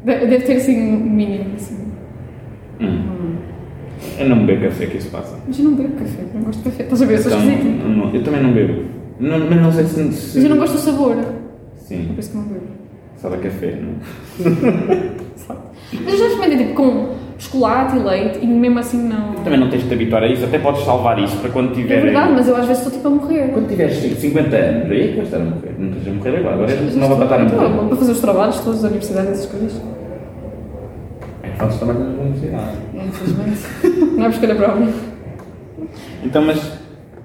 Speaker 2: De- Deve ter assim um mínimo, assim.
Speaker 1: Hum. Eu não bebo café, que isso passa.
Speaker 2: Mas eu não bebo café, não gosto de café. Estás a ver? Eu sou
Speaker 1: Então,
Speaker 2: esquisita.
Speaker 1: não- eu também não bebo. Não- mas não sei se... se-
Speaker 2: Mas eu não gosto do sabor. É
Speaker 1: Sim,
Speaker 2: por isso que eu não bebo.
Speaker 1: sabe a café, não
Speaker 2: Mas eu já experimentei tipo com chocolate e leite e mesmo assim não.
Speaker 1: Também não tens de te habituar a isso, até podes salvar isso para quando tiver...
Speaker 2: É verdade, mas eu às vezes estou tipo a morrer.
Speaker 1: Quando tiveres 50 anos, aí é que vais estar a morrer. Não estás a morrer agora, agora és- não vou
Speaker 2: Estou- tipo,
Speaker 1: estar a
Speaker 2: estou
Speaker 1: morrer.
Speaker 2: Para fazer os trabalhos todos da universidade, essas coisas.
Speaker 1: É, fazes trabalho na universidade.
Speaker 2: É, Infelizmente. Não há escolha própria.
Speaker 1: Então, mas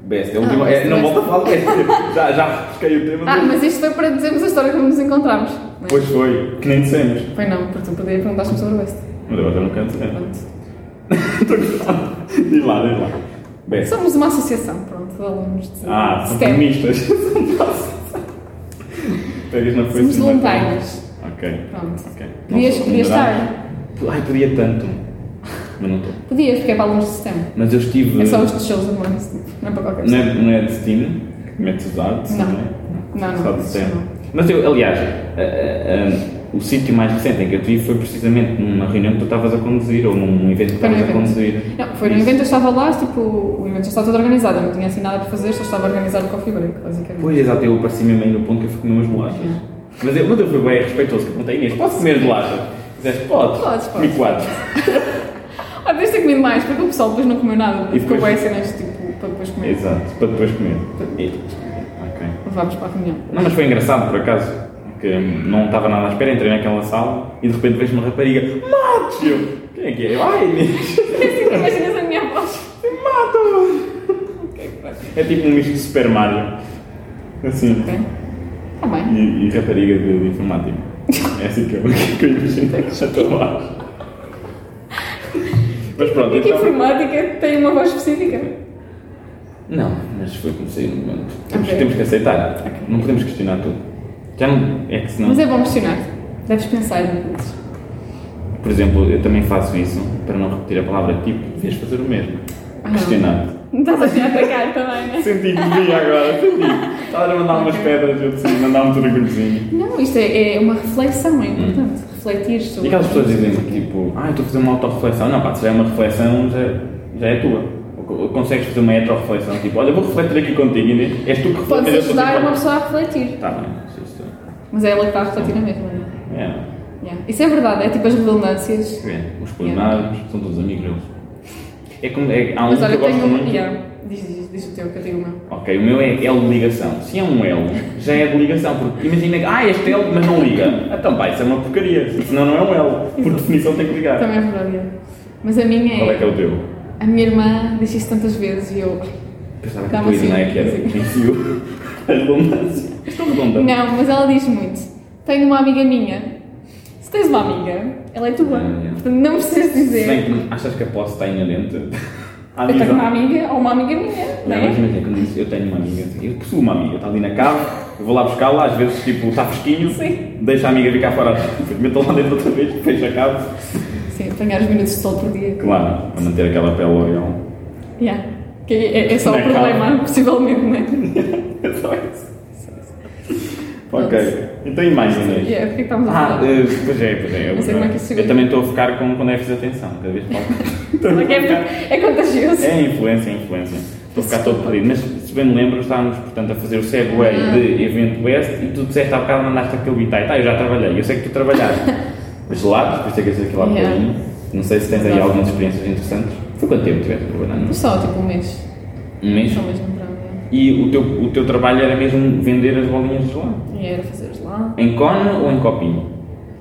Speaker 1: Best. É o último, é-
Speaker 2: best,
Speaker 1: não
Speaker 2: best.
Speaker 1: volto a falar best. já, já risquei o tema.
Speaker 2: assim. Ah,
Speaker 1: mas-
Speaker 2: mas isto foi para dizermos a história como nos encontramos. não é?
Speaker 1: Pois foi, que nem dissemos.
Speaker 2: Foi não, porque tu poderia perguntar-me sobre o West.
Speaker 1: Mas agora não quero dizer.
Speaker 2: Pronto.
Speaker 1: Estou a gostar. Diz lá, diz lá. Best.
Speaker 2: Somos uma associação, pronto, de alunos de
Speaker 1: É. Ah, são
Speaker 2: STEM.
Speaker 1: feministas. São nossas. Pegas na
Speaker 2: Somos
Speaker 1: foice e matas.
Speaker 2: voluntárias.
Speaker 1: Ok.
Speaker 2: Pronto.
Speaker 1: ok.
Speaker 2: Podias,
Speaker 1: assim Não sou
Speaker 2: podias
Speaker 1: remunerado.
Speaker 2: estar.
Speaker 1: Ai, podia tanto. Mas não estou.
Speaker 2: Podias, porque é para alunos de STEM.
Speaker 1: Mas eu estive.
Speaker 2: É só os de shows humanos, não é para qualquer
Speaker 1: Não
Speaker 2: pessoa.
Speaker 1: é, não é de Steam, que metes dados,
Speaker 2: Não.
Speaker 1: é?
Speaker 2: Não, não,
Speaker 1: Só de
Speaker 2: isso
Speaker 1: Steam.
Speaker 2: não.
Speaker 1: Mas eu, aliás, a- a- a- o sítio mais recente em que eu te vi foi precisamente numa reunião que tu estavas a conduzir ou num evento que
Speaker 2: Foi num
Speaker 1: estavas a
Speaker 2: evento.
Speaker 1: conduzir.
Speaker 2: Não, foi no
Speaker 1: Isso.
Speaker 2: evento, eu estava lá, tipo, o evento já estava todo organizado, eu não tinha assim nada para fazer, só estava a organizar o coffee break, basicamente.
Speaker 1: Pois, exato, eu apareci mesmo aí no ponto que eu fui comer umas bolachas. Mas eu, mas eu fui bem respeitoso, que eu perguntei a Inês, posso comer bolacha? Dizeste, pode.
Speaker 2: Podes,
Speaker 1: Comi
Speaker 2: podes.
Speaker 1: quatro.
Speaker 2: Ah, devias ter comido mais, porque o pessoal depois não comeu nada,
Speaker 1: E
Speaker 2: e ficou
Speaker 1: depois-
Speaker 2: bem cenas, tipo, para depois comer.
Speaker 1: Exato, para depois comer. E- Ok.
Speaker 2: Levámos para a reunião.
Speaker 1: Não, mas foi engraçado, por acaso, que hum, não estava nada à espera, entrei naquela sala e de repente vejo uma rapariga, matos! E eu, Quem é que é? Eu, Ai, Inês!
Speaker 2: Imaginas a minha voz?
Speaker 1: Mato! É tipo um misto de Super Mario. Assim.
Speaker 2: Ok. Está Tá bem.
Speaker 1: E, e rapariga de, de informática. É assim que eu, que eu imagino que já estou lá. Mas pronto,
Speaker 2: E que
Speaker 1: então.
Speaker 2: informática tem uma voz específica?
Speaker 1: Não, mas foi como saiu no momento. Temos,
Speaker 2: Ok.
Speaker 1: temos que aceitar. Não podemos questionar tudo. Já não. É que senão.
Speaker 2: Mas é bom questionar. Deves pensar em coisas. é-
Speaker 1: Por exemplo, eu também faço isso, para não repetir a palavra tipo, devias fazer o mesmo.
Speaker 2: Ah.
Speaker 1: Questionar-te.
Speaker 2: Não estás a me atacar também, não é?
Speaker 1: Senti que devia agora, senti. Estava a mandar umas pedras, eu decidi mandar um mergulhozinho.
Speaker 2: Não, isto é, é uma reflexão, é importante. Refletir sobre.
Speaker 1: E aquelas pessoas dizem tipo, ah, eu estou a fazer uma autorreflexão. Não, pá, se já é uma reflexão, já, já é tua. Ou co- ou Consegues fazer uma heteroreflexão, tipo, olha, vou refletir aqui contigo, Inês. És tu que refletes.
Speaker 2: Podes
Speaker 1: eu sou
Speaker 2: ajudar
Speaker 1: tipo,
Speaker 2: uma pessoa a refletir.
Speaker 1: Tá bem, isso, isso.
Speaker 2: Mas é ela que está a refletir na mesma, não é?
Speaker 1: É,
Speaker 2: Yeah. Isso é verdade, é tipo as redundâncias.
Speaker 1: é, os culinários são todos amigos deles. É como, é, há um
Speaker 2: Mas
Speaker 1: que
Speaker 2: olha,
Speaker 1: eu
Speaker 2: eu tenho
Speaker 1: gosto
Speaker 2: uma.
Speaker 1: muito.
Speaker 2: Yeah. Diz, diz, diz o teu, que eu tenho uma.
Speaker 1: Ok, o meu é L de ligação. Se é um L, já é de ligação, porque imagina que, ah, este L, mas não liga. Então, pá, isso é uma porcaria, senão não é um L. Por definição tem que ligar.
Speaker 2: Também é verdade. yeah. Mas a minha
Speaker 1: Qual é que é o teu?
Speaker 2: A minha irmã diz isso tantas vezes e eu.
Speaker 1: Pensava que
Speaker 2: Dá-me
Speaker 1: o teu
Speaker 2: assim,
Speaker 1: não é que era
Speaker 2: assim.
Speaker 1: difícil. A redundância. Estou redonda.
Speaker 2: Não, mas ela diz muito. Tenho uma amiga minha. Se tens uma amiga, ela é tua.
Speaker 1: Ah, yeah.
Speaker 2: Portanto, não precisas
Speaker 1: Se bem
Speaker 2: dizer.
Speaker 1: que achas que a posse está inerente à
Speaker 2: Eu tenho uma
Speaker 1: amizade.
Speaker 2: amiga ou uma amiga minha, não
Speaker 1: Não,
Speaker 2: é?
Speaker 1: mas imagina quando dizes, eu tenho uma amiga, assim, eu possuo uma amiga, está ali na cave, eu vou lá buscá-la, às vezes tipo, está fresquinho,
Speaker 2: Sim.
Speaker 1: deixa a amiga ficar fora, meto lá dentro outra vez, fecha a cave.
Speaker 2: Sim, apanhar os minutos de sol por dia.
Speaker 1: Claro, para manter aquela pele orial.
Speaker 2: Yeah. Que é, é só o
Speaker 1: Na cara.
Speaker 2: problema, possivelmente, não é?
Speaker 1: É só isso. Ok. Então e mais, Inês?
Speaker 2: Yeah, porque estamos a
Speaker 1: Ah,
Speaker 2: falar?
Speaker 1: eh, pois é, pois é. Eu,
Speaker 2: Não sei como é que isso se
Speaker 1: eu
Speaker 2: vê.
Speaker 1: também estou a focar com, com déficit de atenção, cada vez mais.
Speaker 2: Porque é, é contagioso.
Speaker 1: É a influência, é a influência. Estou a ficar todo perdido. Mas se bem me lembro, estávamos portanto a fazer o segway
Speaker 2: Ah.
Speaker 1: de evento West e tu disseste há bocado mandaste aquele bitai. Tá, eu já trabalhei, eu sei que tu trabalhaste. Mas lá, depois ter é que dizer aquilo há
Speaker 2: Yeah.
Speaker 1: bocadinho. Não sei se tens aí
Speaker 2: Exato.
Speaker 1: algumas experiências interessantes. Foi quanto tempo tiveste a trabalhar? não?
Speaker 2: Só tipo um mês.
Speaker 1: Um mês?
Speaker 2: Só mesmo para yeah.
Speaker 1: E o teu, o teu trabalho era mesmo vender as bolinhas de gelado?
Speaker 2: E era fazer lá.
Speaker 1: Em cone ou em copinho?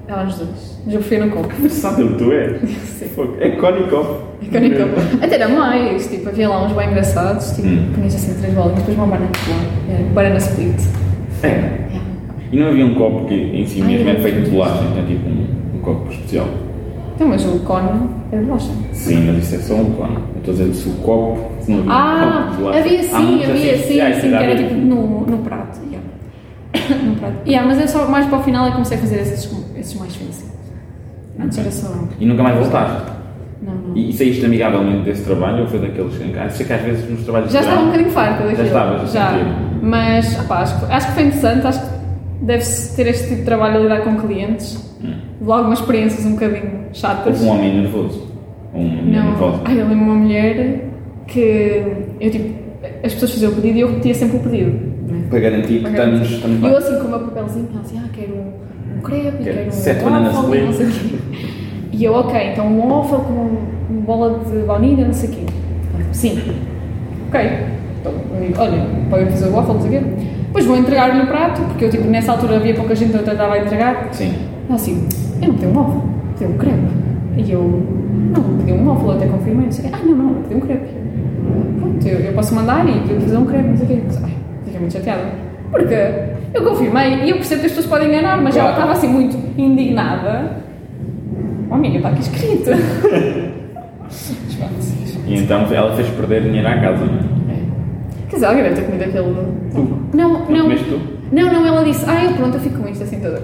Speaker 2: Ela nos dois. Mas eu prefiro no copo.
Speaker 1: Sabe onde tu és?
Speaker 2: Sim.
Speaker 1: É cone e copo.
Speaker 2: É que eu nem tô- Até era mais, tipo, havia lá uns bem engraçados, tipo,
Speaker 1: Hum.
Speaker 2: punhas assim três bolinhas, depois uma banana lá, era banana split.
Speaker 1: É.
Speaker 2: Yeah.
Speaker 1: E não havia um copo que em si
Speaker 2: Ai,
Speaker 1: mesmo
Speaker 2: eu
Speaker 1: era
Speaker 2: não
Speaker 1: feito de
Speaker 2: sei.
Speaker 1: bolacha, então é tipo um, um copo especial.
Speaker 2: Então, mas o cone era bolacha.
Speaker 1: Sim, mas isso é só um cone. Eu estou a dizer se o copo, se não havia um
Speaker 2: Ah,
Speaker 1: copo de bolacha.
Speaker 2: havia
Speaker 1: Há
Speaker 2: sim,
Speaker 1: muitos assim.
Speaker 2: havia sim,
Speaker 1: artificiais,
Speaker 2: sim, que
Speaker 1: já
Speaker 2: era
Speaker 1: havia.
Speaker 2: tipo no, no prato. Yeah. no prato. Yeah, mas eu só mais para o final é que comecei a fazer esses, esses mais fancy. Antes era só. um.
Speaker 1: E nunca mais voltaste.
Speaker 2: Não, não.
Speaker 1: E, e saíste amigavelmente desse trabalho ou foi daqueles que... Ah, sei que às vezes nos trabalhos
Speaker 2: Já
Speaker 1: de
Speaker 2: estava um
Speaker 1: verão-
Speaker 2: bocadinho farta daquilo.
Speaker 1: Já estava, já
Speaker 2: já.
Speaker 1: sentia.
Speaker 2: Mas, opá, acho, que- acho que foi interessante. Acho que deve-se ter este tipo de trabalho a lidar com clientes. Logo, umas experiências um bocadinho chatas.
Speaker 1: Hum. Houve um homem nervoso. um Ou uma mulher nervosa.
Speaker 2: Não. Ai, eu lembro uma mulher que eu tipo, as pessoas faziam o pedido e eu repetia sempre o pedido. né?
Speaker 1: Para garantir que estamos, estamos
Speaker 2: E eu
Speaker 1: bem.
Speaker 2: assim com o meu papelzinho, ela assim, ah, quero um, um crepe,
Speaker 1: Quero
Speaker 2: quero,
Speaker 1: sete
Speaker 2: um
Speaker 1: bananas
Speaker 2: waffle,
Speaker 1: de
Speaker 2: não sei o quê. E eu, ok, então um waffle com um- uma bola de baunilha, não sei o quê. Ela, Sim. Ok. Então, eu digo, olha, podem fazer o waffle, não sei o quê. Depois vou entregar-lhe o prato, porque eu tipo, nessa altura havia pouca gente, então eu tentava entregar.
Speaker 1: Sim.
Speaker 2: Ela assim, eu não pedi um waffle, pedi um crepe. E eu, não, pedi um waffle, eu até confirmei, não sei o quê. Ah, não, não, pedi um crepe. Pronto, Portanto, eu, eu posso mandar e eu fazer um creme, não sei o quê. Mas, ai, fiquei muito chateada. Porque eu confirmei e eu percebo que as pessoas podem enganar, mas
Speaker 1: Claro.
Speaker 2: ela estava assim muito indignada. Oh, amiga, está aqui escrito. Mas pronto.
Speaker 1: E então ela fez perder dinheiro à casa, não é?
Speaker 2: Quer dizer, alguém deve ter comido aquele.
Speaker 1: Tu.
Speaker 2: Não,
Speaker 1: Não
Speaker 2: não.
Speaker 1: comeste tu?
Speaker 2: Não, não, ela disse, ah, eu pronto, eu fico com isto assim toda.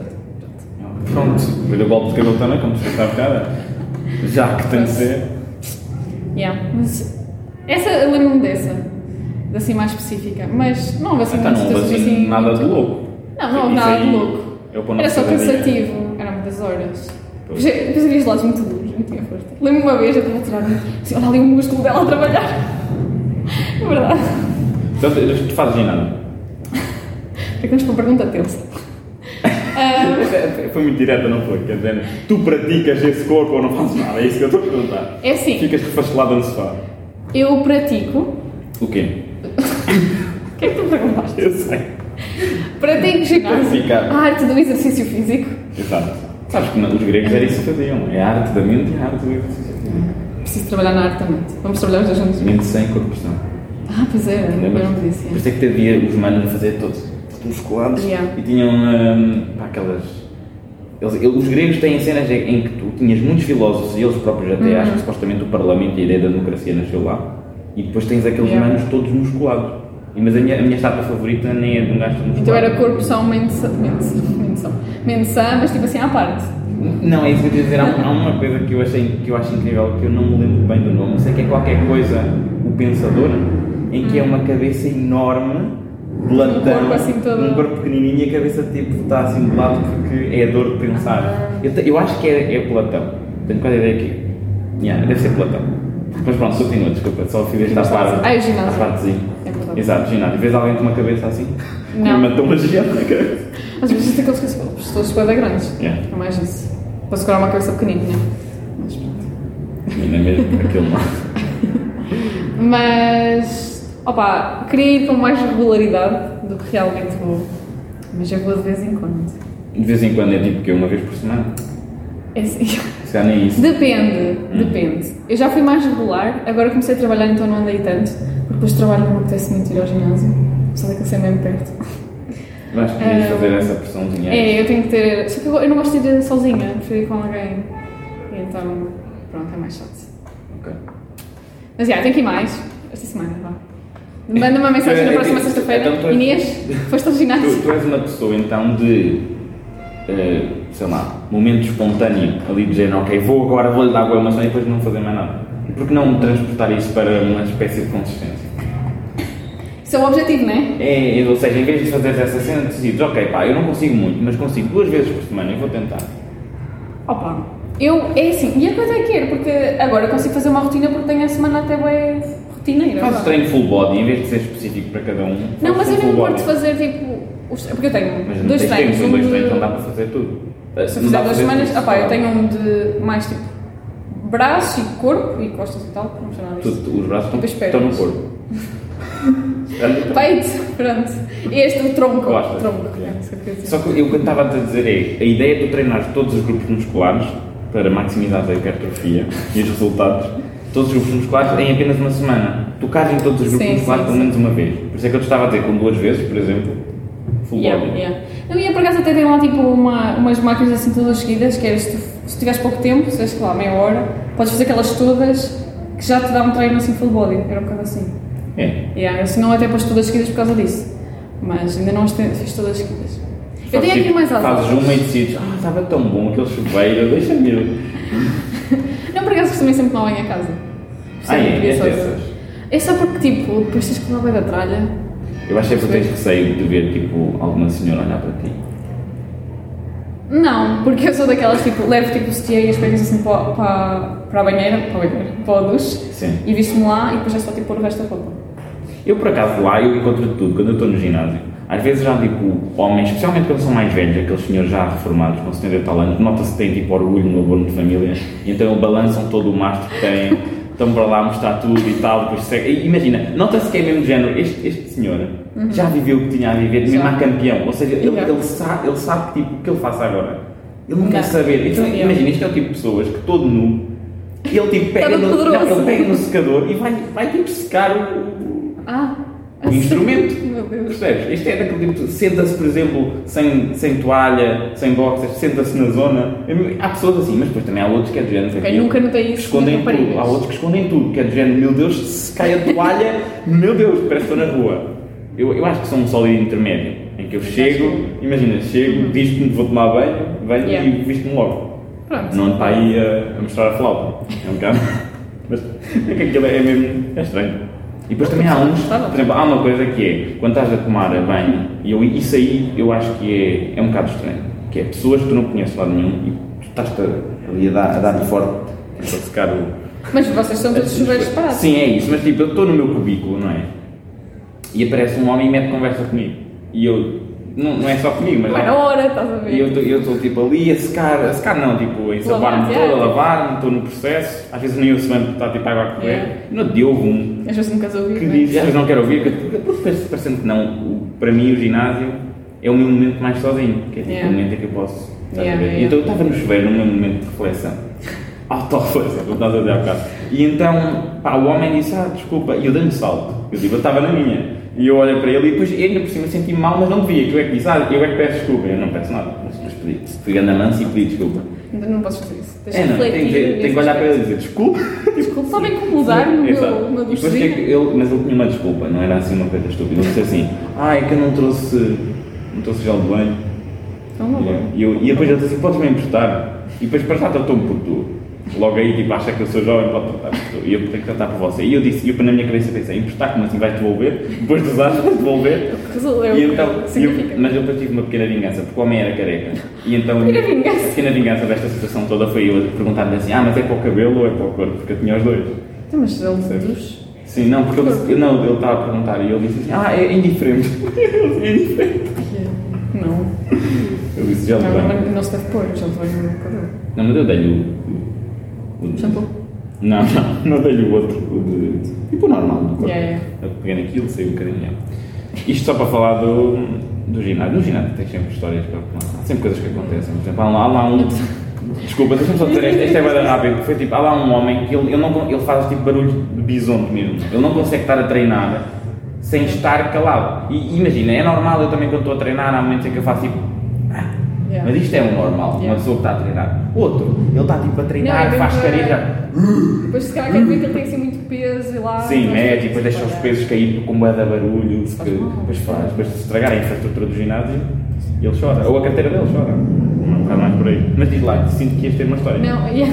Speaker 2: Pronto.
Speaker 1: Pronto. Me deu golpe de cabelona, como se fosse cara. Já que tem de ser.
Speaker 2: Yeah, mas essa, eu lembro-me dessa, assim mais específica, mas não houve assim
Speaker 1: Então não houve
Speaker 2: situações
Speaker 1: assim nada
Speaker 2: muito-
Speaker 1: de louco.
Speaker 2: Não, não houve
Speaker 1: Isso
Speaker 2: nada
Speaker 1: aí
Speaker 2: de louco.
Speaker 1: eu quando
Speaker 2: Era só
Speaker 1: fazia-
Speaker 2: cansativo, eram muitas horas.
Speaker 1: Pois.
Speaker 2: Depois depois havia gelados muito duros, não tinha força. Lembro-me uma vez, eu estava a tirar um- assim, olha ali o músculo dela a trabalhar. É verdade.
Speaker 1: Então, tu tu fazes nada.
Speaker 2: Ficamos com a pergunta tensa. Ah,
Speaker 1: Foi muito direta, não foi? Quer dizer, tu praticas esse corpo ou não fazes nada? É isso que eu estou a perguntar.
Speaker 2: é assim,
Speaker 1: Ficas refastelado no sofá.
Speaker 2: eu pratico.
Speaker 1: O quê?
Speaker 2: O que é que tu perguntaste?
Speaker 1: Eu sei.
Speaker 2: Pratico ginásio.
Speaker 1: Praticar.
Speaker 2: A arte do exercício físico.
Speaker 1: Exato. Sabes que não- os gregos era isso que faziam. É a arte da mente e a arte do exercício.
Speaker 2: Preciso trabalhar na arte também. Vamos trabalhar os dois juntos.
Speaker 1: Mente sem corpo são.
Speaker 2: Ah, pois é, eu não disse.
Speaker 1: Por isso é que havia os humanos a fazer todos musculados
Speaker 2: Yeah.
Speaker 1: e tinham hum, pá, aquelas. Eles, eles- os gregos têm cenas em que tu tinhas muitos filósofos e eles próprios até
Speaker 2: Uhum.
Speaker 1: acham que supostamente o parlamento e a ideia da democracia nasceu lá. E depois tens aqueles
Speaker 2: Yeah.
Speaker 1: humanos todos musculados. E- Mas a minha, a minha estátua favorita nem é de um gajo todo musculado.
Speaker 2: Então era corpo são, mente sã, mente sã, mente sã, mente sã, mas tipo assim à parte.
Speaker 1: Não, é isso que eu ia dizer. Há, há uma coisa que eu, achei, que eu acho incrível, que eu não me lembro bem do nome. Sei que é qualquer coisa, o pensador, em que é uma cabeça enorme, de lantão,
Speaker 2: Hum. corpo assim todo-
Speaker 1: um corpo pequenininho e a cabeça tipo está assim de lado porque é a dor de
Speaker 2: Ah.
Speaker 1: pensar. Eu, te- eu acho que é, é Platão. Tenho quase a ideia que. é. Yeah, deve ser Platão. Mas pronto, continua, desculpa, só fiz esta parte.
Speaker 2: Ah, é o ginásio.
Speaker 1: a partezinha.
Speaker 2: É verdade.
Speaker 1: Exato, ginásio. Vês alguém com uma cabeça assim?
Speaker 2: Não.
Speaker 1: Uma tão gigante na cabeça.
Speaker 2: Às vezes tem aqueles que são pessoas bem grandes.
Speaker 1: Yeah.
Speaker 2: É mais isso. Para segurar uma cabeça pequenininha. Mas pronto.
Speaker 1: Ainda é mesmo aquele lado.
Speaker 2: Mas, opa, queria ir com mais regularidade do que realmente vou. Mas eu vou de vez em quando.
Speaker 1: De vez em quando é tipo que uma vez por semana.
Speaker 2: É assim.
Speaker 1: Se calhar nem isso.
Speaker 2: Depende, depende. Eu já fui mais regular, agora comecei a trabalhar, então não andei tanto, porque depois de trabalho não me apetece muito ir ao ginásio, só tem que ser mesmo perto.
Speaker 1: Eu acho que devias
Speaker 2: Ah,
Speaker 1: fazer essa pressãozinha. aí.
Speaker 2: É, eu tenho que ter. Só que eu, eu não gosto de ir sozinha, prefiro ir com alguém. E então, pronto, é mais chato.
Speaker 1: Ok.
Speaker 2: Mas já, tenho que ir mais, esta semana, vá. Manda uma mensagem
Speaker 1: É,
Speaker 2: na
Speaker 1: é,
Speaker 2: próxima
Speaker 1: é,
Speaker 2: sexta-feira.
Speaker 1: então tu és-
Speaker 2: Inês, foste ao
Speaker 1: Tu,
Speaker 2: ginásio?
Speaker 1: tu és uma pessoa então de. eh, sei lá, momento espontâneo ali de género, ok, vou agora, vou-lhe dar boa maçã e depois não fazer mais nada. E por que não transportar isso para uma espécie de consistência?
Speaker 2: Isso é o objetivo, não é?
Speaker 1: É, ou seja, em vez de fazer essa cena, decides, ok, pá, eu não consigo muito, mas consigo duas vezes por semana, eu vou tentar.
Speaker 2: Opa, eu, é assim, e a coisa é que era, porque agora eu consigo fazer uma rotina porque tenho a semana até bem rotineira.
Speaker 1: Fazes
Speaker 2: vá.
Speaker 1: treino full body, em vez de ser específico para cada um.
Speaker 2: É Não,
Speaker 1: fazes
Speaker 2: mas
Speaker 1: um
Speaker 2: eu
Speaker 1: full
Speaker 2: não me
Speaker 1: body.
Speaker 2: importo de fazer tipo. os- Porque eu tenho
Speaker 1: Mas não
Speaker 2: dois
Speaker 1: tens
Speaker 2: treinos.
Speaker 1: tempo, em
Speaker 2: um
Speaker 1: dois
Speaker 2: de-
Speaker 1: treinos não dá para fazer tudo.
Speaker 2: Se eu
Speaker 1: Não dá
Speaker 2: fizer
Speaker 1: para
Speaker 2: duas
Speaker 1: fazer
Speaker 2: semanas.
Speaker 1: tudo,
Speaker 2: Ah pá, eu
Speaker 1: claro.
Speaker 2: tenho um de mais tipo braço e corpo e costas e tal, que não sei nada disso.
Speaker 1: Tudo, os braços
Speaker 2: Tipo as
Speaker 1: estão, estão no
Speaker 2: pernas.
Speaker 1: corpo.
Speaker 2: Peito, pronto. Este, o tronco.
Speaker 1: Costas.
Speaker 2: Tronco,
Speaker 1: Yeah.
Speaker 2: é isso que eu queria dizer.
Speaker 1: Só que eu cantava a dizer é, a ideia é tu treinares todos os grupos musculares para maximizar a hipertrofia e os resultados. Todos os grupos musculares em apenas uma semana. Tocares em todos os grupos
Speaker 2: Sim,
Speaker 1: musculares
Speaker 2: sim,
Speaker 1: pelo
Speaker 2: sim.
Speaker 1: menos uma vez. Por isso é que eu te estava a dizer com duas vezes, por exemplo, full
Speaker 2: Yeah,
Speaker 1: body.
Speaker 2: yeah. Não, e eu por acaso até tem lá tipo uma, umas máquinas assim todas seguidas, que era se, tu, se tiveres pouco tempo, se que lá meia hora, podes fazer aquelas todas que já te dá um treino assim full body. Era um bocado assim.
Speaker 1: É.
Speaker 2: Yeah, eu se não até pôs todas seguidas por causa disso. Mas ainda não as te- fiz todas seguidas. Eu tenho
Speaker 1: Fazes
Speaker 2: aqui
Speaker 1: tipo-
Speaker 2: mais
Speaker 1: Fazes
Speaker 2: altas.
Speaker 1: uma e decides, ah, estava tão bom aquele chuveiro, deixa-me ir.
Speaker 2: Não, por acaso costumei sempre tomar banho a casa.
Speaker 1: Ah,
Speaker 2: Sempre
Speaker 1: é,
Speaker 2: queria
Speaker 1: é
Speaker 2: só-
Speaker 1: dessas.
Speaker 2: É só porque, tipo, depois tens que levar bem da tralha.
Speaker 1: Eu acho que é porque tens receio de ver, tipo, alguma senhora olhar para ti.
Speaker 2: Não, porque eu sou daquelas, tipo, levo tipo o sutiã e as coisas assim para, para, para a banheira, para a banheira, para o duche.
Speaker 1: Sim.
Speaker 2: E visto-me lá e depois é só tipo pôr o resto da roupa.
Speaker 1: Eu, por acaso, lá eu encontro de tudo. Quando eu estou no ginásio, às vezes já, tipo, homens, especialmente quando são mais velhos, aqueles senhores já reformados, com 70 e tal anos, nota-se que têm, tipo, orgulho no abono de família. E então balançam todo o mastro que têm, estão para lá mostrar tudo e tal. Depois segue. E Imagina, nota-se que é mesmo do género. Este, este senhor já viveu o que tinha a viver, mesmo
Speaker 2: Uhum. Já.
Speaker 1: a campeão. Ou seja, ele,
Speaker 2: Yeah.
Speaker 1: ele sabe, ele sabe que, tipo, o que ele faça agora. Ele não quer
Speaker 2: Não.
Speaker 1: saber. Então,
Speaker 2: Yeah.
Speaker 1: imagina, este é o tipo de pessoas que todo nu, ele tipo pega
Speaker 2: Todo
Speaker 1: no, não,
Speaker 2: poderoso.
Speaker 1: ele pega no secador e vai, vai tipo secar o,
Speaker 2: Ah!
Speaker 1: Um instrumento.
Speaker 2: Meu Deus.
Speaker 1: Percebes? Isto é daquele tipo, senta-se, por exemplo, sem, sem toalha, sem boxers, senta-se na zona. Há pessoas assim, mas depois também há outros que é do género.
Speaker 2: Quem
Speaker 1: que eu-
Speaker 2: nunca notei
Speaker 1: que
Speaker 2: isso
Speaker 1: escondem
Speaker 2: nas raparigas.
Speaker 1: tudo. Há outros que escondem tudo, que é do género, meu Deus, se cai a toalha, meu Deus, parece que estou na rua. Eu, eu acho que sou um sólido intermédio, em que eu chego, imagina, chego, diz-me que vou tomar banho, venho
Speaker 2: Uhum. Yeah.
Speaker 1: e visto-me logo.
Speaker 2: Pronto.
Speaker 1: Não está aí a, a mostrar a flauta. É um bocado. Mas é que aquilo é mesmo. É estranho. E depois também há uns. Por exemplo, há uma coisa que é, quando estás a tomar banho, e eu, isso aí eu acho que é, é um bocado estranho. Que é pessoas que tu não conheces de lado nenhum e tu estás-te ali a dar, a dar forte para secar o.
Speaker 2: Mas vocês são todos chuveiros parados.
Speaker 1: Sim, é isso, mas tipo, eu estou no meu cubículo, não é? E aparece um homem e mete conversa comigo. E eu. Não, não é só comigo, mas.
Speaker 2: Não
Speaker 1: há-
Speaker 2: é na hora, estás a ver?
Speaker 1: e eu tô- eu estou tipo ali a secar, a secar não, tipo a ensabar-me
Speaker 2: Lavar-te,
Speaker 1: toda, a
Speaker 2: é.
Speaker 1: lavar-me, estou no processo, às vezes nem eu se lembro, está tipo água a correr.
Speaker 2: É.
Speaker 1: No dia houve um
Speaker 2: Às vezes nunca as ouvi.
Speaker 1: que
Speaker 2: não é?
Speaker 1: diz, às vezes não quero ouvir, que- porque porque parece- parecendo que não, o- para mim o ginásio é o meu momento mais sozinho, que é tipo
Speaker 2: Yeah.
Speaker 1: o momento em que eu posso. estás a
Speaker 2: Yeah,
Speaker 1: ver?
Speaker 2: yeah.
Speaker 1: Então eu estava no chuveiro no meu momento de reflexão. Autoreflexão, como estás a dizer há bocado. E então, pá, o homem disse, ah, desculpa, e eu dei-me salto. Eu digo, eu estava na minha. E eu olho para ele e depois ainda por cima senti-me mal, mas não devia, que eu é que disse, ah, eu é que peço desculpa. Eu não peço nada, mas, mas pedi. Fui grande manso e pedi desculpa.
Speaker 2: Então Não, não posso fazer isso. Tens
Speaker 1: é,
Speaker 2: de
Speaker 1: não, tenho
Speaker 2: refletir
Speaker 1: que, dizer- tenho
Speaker 2: nesse
Speaker 1: que olhar para
Speaker 2: aspecto.
Speaker 1: ele e dizer, desculpa.
Speaker 2: Desculpa, só vem incomodar no
Speaker 1: Exato.
Speaker 2: meu, na
Speaker 1: E depois
Speaker 2: doceria.
Speaker 1: que é ele- mas ele tinha uma desculpa, não era assim uma coisa estúpida. Ele disse assim, ah, é que eu não trouxe, não trouxe gel de banho.
Speaker 2: Então, não, não.
Speaker 1: E, eu, e depois ele disse assim, podes-me emprestar? E depois para já tratou-me por tu. Logo aí, tipo, acha que eu sou jovem, pode tratar por tu. E eu tenho que tratar por você. E eu disse, e eu na minha cabeça pensei, emprestar como assim, vais devolver? Depois dos anos vais devolver?
Speaker 2: Resolveu.
Speaker 1: E então,
Speaker 2: Significa.
Speaker 1: eu- mas eu depois tive uma pequena vingança, porque o homem era careca. E então,
Speaker 2: Pequena vingança.
Speaker 1: a pequena vingança desta situação toda foi eu perguntar-lhe assim: ah, mas é para o cabelo ou é para o corpo? Porque eu tinha os dois.
Speaker 2: Então, mas ele deduz.
Speaker 1: Sim, não, porque ele, disse- não, ele estava a perguntar e ele disse assim: ah, é indiferente. Ele disse, é indiferente.
Speaker 2: Não.
Speaker 1: Eu disse: já tá
Speaker 2: Não,
Speaker 1: levei.
Speaker 2: não, não se deve pôr, já levei no cabelo.
Speaker 1: Não, mas eu dei-lhe o. o- o-
Speaker 2: Shampoo.
Speaker 1: Não, não, não dei-lhe o outro. O de, tipo o normal do corpo.
Speaker 2: Yeah, yeah.
Speaker 1: Eu peguei naquilo, saiu um bocadinho. yeah. Isto só para falar do, do ginásio. No ginásio tem sempre histórias para contar. Há sempre coisas que acontecem. Por exemplo, há lá, há lá um. Desculpa, deixa-me só dizer esta, esta é bada rápido. Foi tipo, há lá um homem que ele, ele, não, con- ele faz tipo barulho de bisonte mesmo. Ele não consegue estar a treinar sem estar calado. E imagina, é normal, eu também quando estou a treinar, há momentos em que eu faço tipo. "Ah",
Speaker 2: Yeah.
Speaker 1: Mas isto é o normal, uma
Speaker 2: Yeah.
Speaker 1: pessoa que está a treinar. Outro, ele está tipo a treinar,
Speaker 2: Não, é
Speaker 1: faz
Speaker 2: mesmo, é-
Speaker 1: careta.
Speaker 2: Depois, se calhar, quer ver que ele tem assim muito peso e lá.
Speaker 1: Sim,
Speaker 2: mas-
Speaker 1: mede, depois deixa os pesos cair com moeda barulho, que
Speaker 2: faz mal.
Speaker 1: depois faz, depois se estragar a infraestrutura do ginásio e ele chora. Ou a carteira dele chora. Não está mais por aí. Mas diz lá, sinto que este é uma história.
Speaker 2: Não, e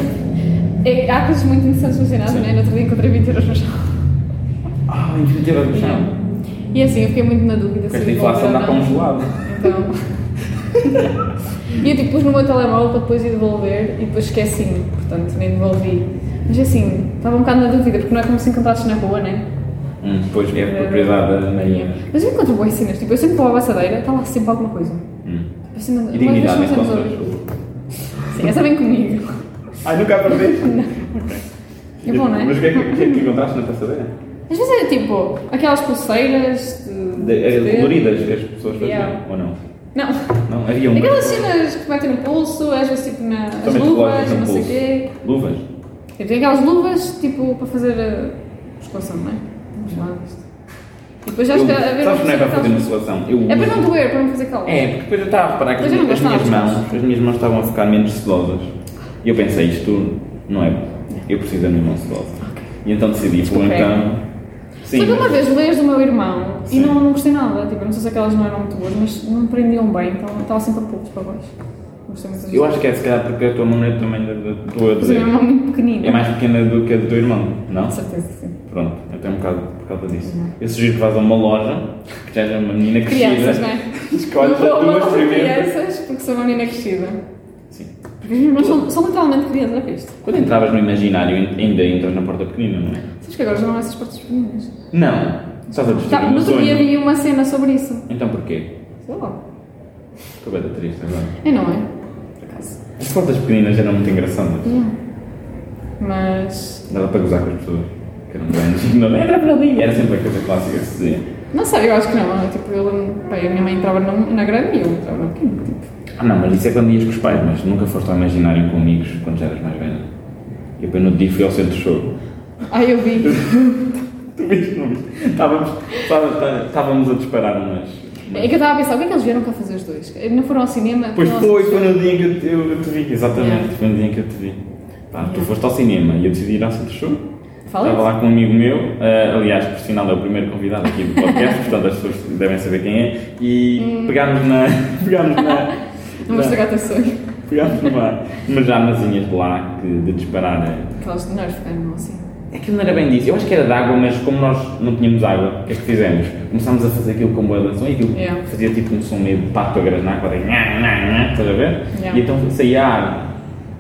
Speaker 2: é- há coisas muito interessantes no ginásio,
Speaker 1: Sim.
Speaker 2: não é? No outro dia encontrei 20 euros no chão.
Speaker 1: Ah, infelizmente no chão.
Speaker 2: E assim, eu fiquei muito na
Speaker 1: Porque
Speaker 2: dúvida se
Speaker 1: esta
Speaker 2: ia devolver
Speaker 1: inflação
Speaker 2: ou
Speaker 1: dá para
Speaker 2: não.
Speaker 1: um gelado.
Speaker 2: Então. e eu tipo pus no meu telemóvel para depois ir devolver e depois esqueci-me, portanto nem devolvi. Mas assim, estava um bocado na dúvida, porque não é como se encontrasses na rua, né?
Speaker 1: Hum, depois é propriedade da meia.
Speaker 2: Mas eu encontro boas cenas, tipo, eu sempre vou à abraçadeira, está lá sempre alguma coisa.
Speaker 1: Hum.
Speaker 2: Assim, não-
Speaker 1: E
Speaker 2: uma vez
Speaker 1: dignidade
Speaker 2: nós temos
Speaker 1: encontras.
Speaker 2: outra. Sim, essa vem comigo.
Speaker 1: Ai, nunca perdeste?
Speaker 2: É bom, não é?
Speaker 1: Mas o que é que, o que, é que encontraste na passadeira?
Speaker 2: Às vezes é tipo, aquelas pulseiras de.
Speaker 1: De, eh,
Speaker 2: de-
Speaker 1: Coloridas que as pessoas faziam,
Speaker 2: Yeah. assim
Speaker 1: ou não?
Speaker 2: Não.
Speaker 1: Não, havia uma.
Speaker 2: Aquelas cenas que metem no pulso, às vezes tipo na, as
Speaker 1: Somente
Speaker 2: luvas,
Speaker 1: relógios no
Speaker 2: não sei o
Speaker 1: pulso.
Speaker 2: quê.
Speaker 1: Luvas?
Speaker 2: Tipo, tem aquelas luvas tipo para fazer a musculação, não é? Vamos lá, isto. E depois já acho
Speaker 1: Eu-
Speaker 2: que a ver
Speaker 1: Sabes que não é para fazer
Speaker 2: aquelas-
Speaker 1: musculação? Eu
Speaker 2: É para
Speaker 1: uso-
Speaker 2: não doer, para não fazer calor.
Speaker 1: É, porque depois eu estava a reparar que as,
Speaker 2: Mas eu não
Speaker 1: as minhas
Speaker 2: gostava,
Speaker 1: mãos, as minhas mãos estavam a ficar menos sedosas. E eu pensei, isto não é bom. Eu preciso da minha mão sedosa. E então decidi, vou
Speaker 2: Desculpa.
Speaker 1: então. Sim,
Speaker 2: Só que uma
Speaker 1: mas-
Speaker 2: vez leis do meu irmão
Speaker 1: Sim.
Speaker 2: e não, não gostei nada. Tipo, eu não sei se aquelas não eram muito boas, mas não prendiam bem, então eu estava sempre a poucos para baixo. Não gostei muito
Speaker 1: eu acho que é se calhar porque a tua mão é do tamanho da- da tua.
Speaker 2: Mas o meu irmão é muito pequenino.
Speaker 1: É mais pequena do que a do teu irmão, não?
Speaker 2: Com certeza, sim.
Speaker 1: Pronto, então é um bocado por causa disso. Eu sugiro que vás a uma loja, que seja uma menina crescida.
Speaker 2: Crianças, não é?
Speaker 1: Escolhe
Speaker 2: Eu vou a uma
Speaker 1: duas
Speaker 2: loja de
Speaker 1: primeiras.
Speaker 2: crianças porque sou uma menina crescida.
Speaker 1: Sim.
Speaker 2: Porque os meus irmãos são, são literalmente crianças, não é isto?
Speaker 1: Quando entravas no imaginário, ainda entras na porta pequenina, não é?
Speaker 2: Sabes que agora já não há essas portas pequeninas.
Speaker 1: Não, estás a
Speaker 2: Tá,
Speaker 1: destruir
Speaker 2: no
Speaker 1: um
Speaker 2: outro dia
Speaker 1: sonho.
Speaker 2: vi uma cena sobre isso.
Speaker 1: Então porquê?
Speaker 2: Sei lá.
Speaker 1: Estou bem triste agora.
Speaker 2: É, não é? Por acaso.
Speaker 1: As portas pequeninas eram muito engraçadas.
Speaker 2: Mas.
Speaker 1: Dava para gozar com as pessoas. Que eram grandes. Não era para ali. Era sempre a coisa clássica que se dizia.
Speaker 2: Não sei, eu acho que não. Eu, Tipo, eu lembro. Bem, a minha mãe entrava na, na grande e eu entrava no pequeno. Tipo.
Speaker 1: Ah não, mas isso é quando ias com os pais, mas nunca foste ao imaginário com amigos quando já eras mais velha. E depois no outro dia fui ao centro de show.
Speaker 2: Ai, eu vi.
Speaker 1: Tu viste, não viste? Estávamos, estava- estávamos a disparar umas.
Speaker 2: É que eu estava a pensar, o que é que eles vieram cá fazer os dois? Não foram ao cinema?
Speaker 1: Pois
Speaker 2: Não,
Speaker 1: foi, foi no dia em que eu te, eu- eu te vi, exatamente,
Speaker 2: Yeah.
Speaker 1: foi no dia em que eu te vi. Pá, tu
Speaker 2: Yeah. é?
Speaker 1: foste ao cinema e eu decidi ir ao Centro Show.
Speaker 2: Fala
Speaker 1: Estava
Speaker 2: isso.
Speaker 1: lá com um amigo meu, eh, aliás, por sinal, é o primeiro convidado aqui do podcast, portanto as pessoas devem saber quem é, e pegámos na. pegámos na.
Speaker 2: Hum. Não vou estragar teu sonho.
Speaker 1: pegámos numa, umas armazinhas de lá que, de disparar. eh,
Speaker 2: Aquelas de nós ficaram assim.
Speaker 1: Aquilo não era bem disso. Eu acho que era de água, mas como nós não tínhamos água, o que é que fizemos? Começámos a fazer aquilo com boa de som e aquilo
Speaker 2: Yeah.
Speaker 1: fazia tipo um som meio de pato a granar, quase nha, nha, nha, estás a ver?
Speaker 2: Yeah.
Speaker 1: E então saía ar.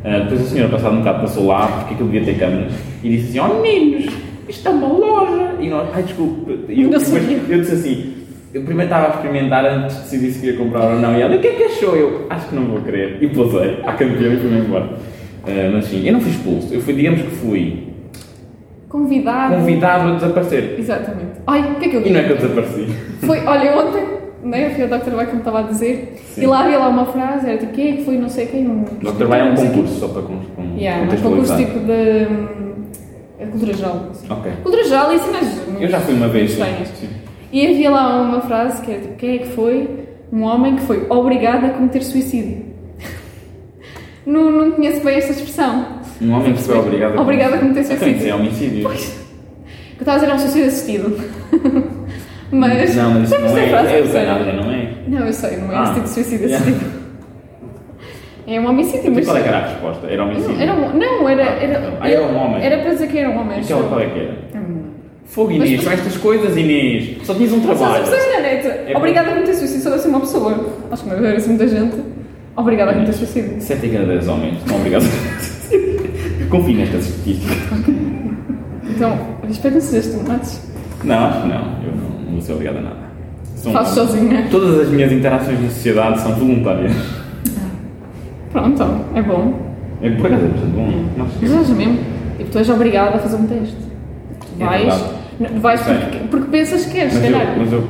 Speaker 1: Ah, depois a senhora, passado um bocado, passou lá, porque aquilo devia ter câmeras, e disse assim: Oh meninos, isto é uma loja! E nós, ai desculpe. E eu,
Speaker 2: Não
Speaker 1: depois-
Speaker 2: sabia.
Speaker 1: eu disse assim: Eu primeiro estava a experimentar antes de decidir se queria comprar ou não. E ela, o que é que achou? Eu, acho que não vou querer. E pousei à campeã e fui-me embora. Ah, mas sim, eu não fui expulso, eu fui, digamos que fui
Speaker 2: Convidado.
Speaker 1: convidado a desaparecer.
Speaker 2: Exatamente. Ai, o que é que eu
Speaker 1: E
Speaker 2: vi?
Speaker 1: não é que eu desapareci.
Speaker 2: Foi, olha, eu ontem, né, eu fui ao Dr. Vai, como estava a dizer,
Speaker 1: Sim.
Speaker 2: e lá havia lá uma frase, era tipo, quem é que foi, não sei quem, um...
Speaker 1: O Dr. Vai é um
Speaker 2: não sei quem.
Speaker 1: concurso, só para con- con-
Speaker 2: Yeah, um concurso
Speaker 1: contextualizar.
Speaker 2: tipo de... hum, é cultura geral. assim.
Speaker 1: Ok.
Speaker 2: Cultura geral e cenas...
Speaker 1: Eu já fui uma vez. sim.
Speaker 2: estranhas.
Speaker 1: Sim.
Speaker 2: E havia lá uma frase que era tipo, quem é que foi um homem que foi obrigado a cometer suicídio? não, não conheço bem esta expressão.
Speaker 1: Um homem que foi obrigado
Speaker 2: Obrigado a cometer
Speaker 1: Então, isso
Speaker 2: suicídio.
Speaker 1: é homicídio.
Speaker 2: O que eu estava a dizer é um suicídio assistido. mas...
Speaker 1: Não, mas isso
Speaker 2: sabes
Speaker 1: não
Speaker 2: esta frase?
Speaker 1: é. É
Speaker 2: Não sei.
Speaker 1: eutanásia, não é?
Speaker 2: Não, eu sei, não é
Speaker 1: Ah.
Speaker 2: esse tipo de suicídio
Speaker 1: Yeah.
Speaker 2: assistido. É um homicídio,
Speaker 1: E
Speaker 2: mas.
Speaker 1: qual é que era a resposta? Era homicídio?
Speaker 2: Não, era um- não, era. era,
Speaker 1: Ah, era um homem.
Speaker 2: Era para dizer que era um homem.
Speaker 1: E qual, qual é que era?
Speaker 2: Hum.
Speaker 1: Fogo,
Speaker 2: Mas-
Speaker 1: Inês, são estas coisas, Inês. Só tinhas um
Speaker 2: Só
Speaker 1: trabalho.
Speaker 2: as pessoas na neta.
Speaker 1: É
Speaker 2: né, Obrigada por ter suicídio, só deve ser uma pessoa. Acho que não deve ser muita gente. Obrigada por ter suicídio.
Speaker 1: 7 em cada 10 homens. Não, obrigado. Confio nestas estatísticas.
Speaker 2: Então, respeitem-se estes tomates.
Speaker 1: Não, acho que não. Eu não, não vou ser obrigado a nada. Sou um
Speaker 2: Faço
Speaker 1: homem.
Speaker 2: sozinha.
Speaker 1: Todas as minhas interações na sociedade são voluntárias.
Speaker 2: Pronto, então, é bom.
Speaker 1: É por acaso é bastante bom. Nós-
Speaker 2: Mas és mesmo. Tipo, tu és obrigada a fazer um teste. Tu
Speaker 1: É
Speaker 2: vais.
Speaker 1: verdade.
Speaker 2: não- vais
Speaker 1: Sei.
Speaker 2: porque, porque pensas que queres,
Speaker 1: Mas
Speaker 2: se
Speaker 1: eu,
Speaker 2: calhar.
Speaker 1: mas eu.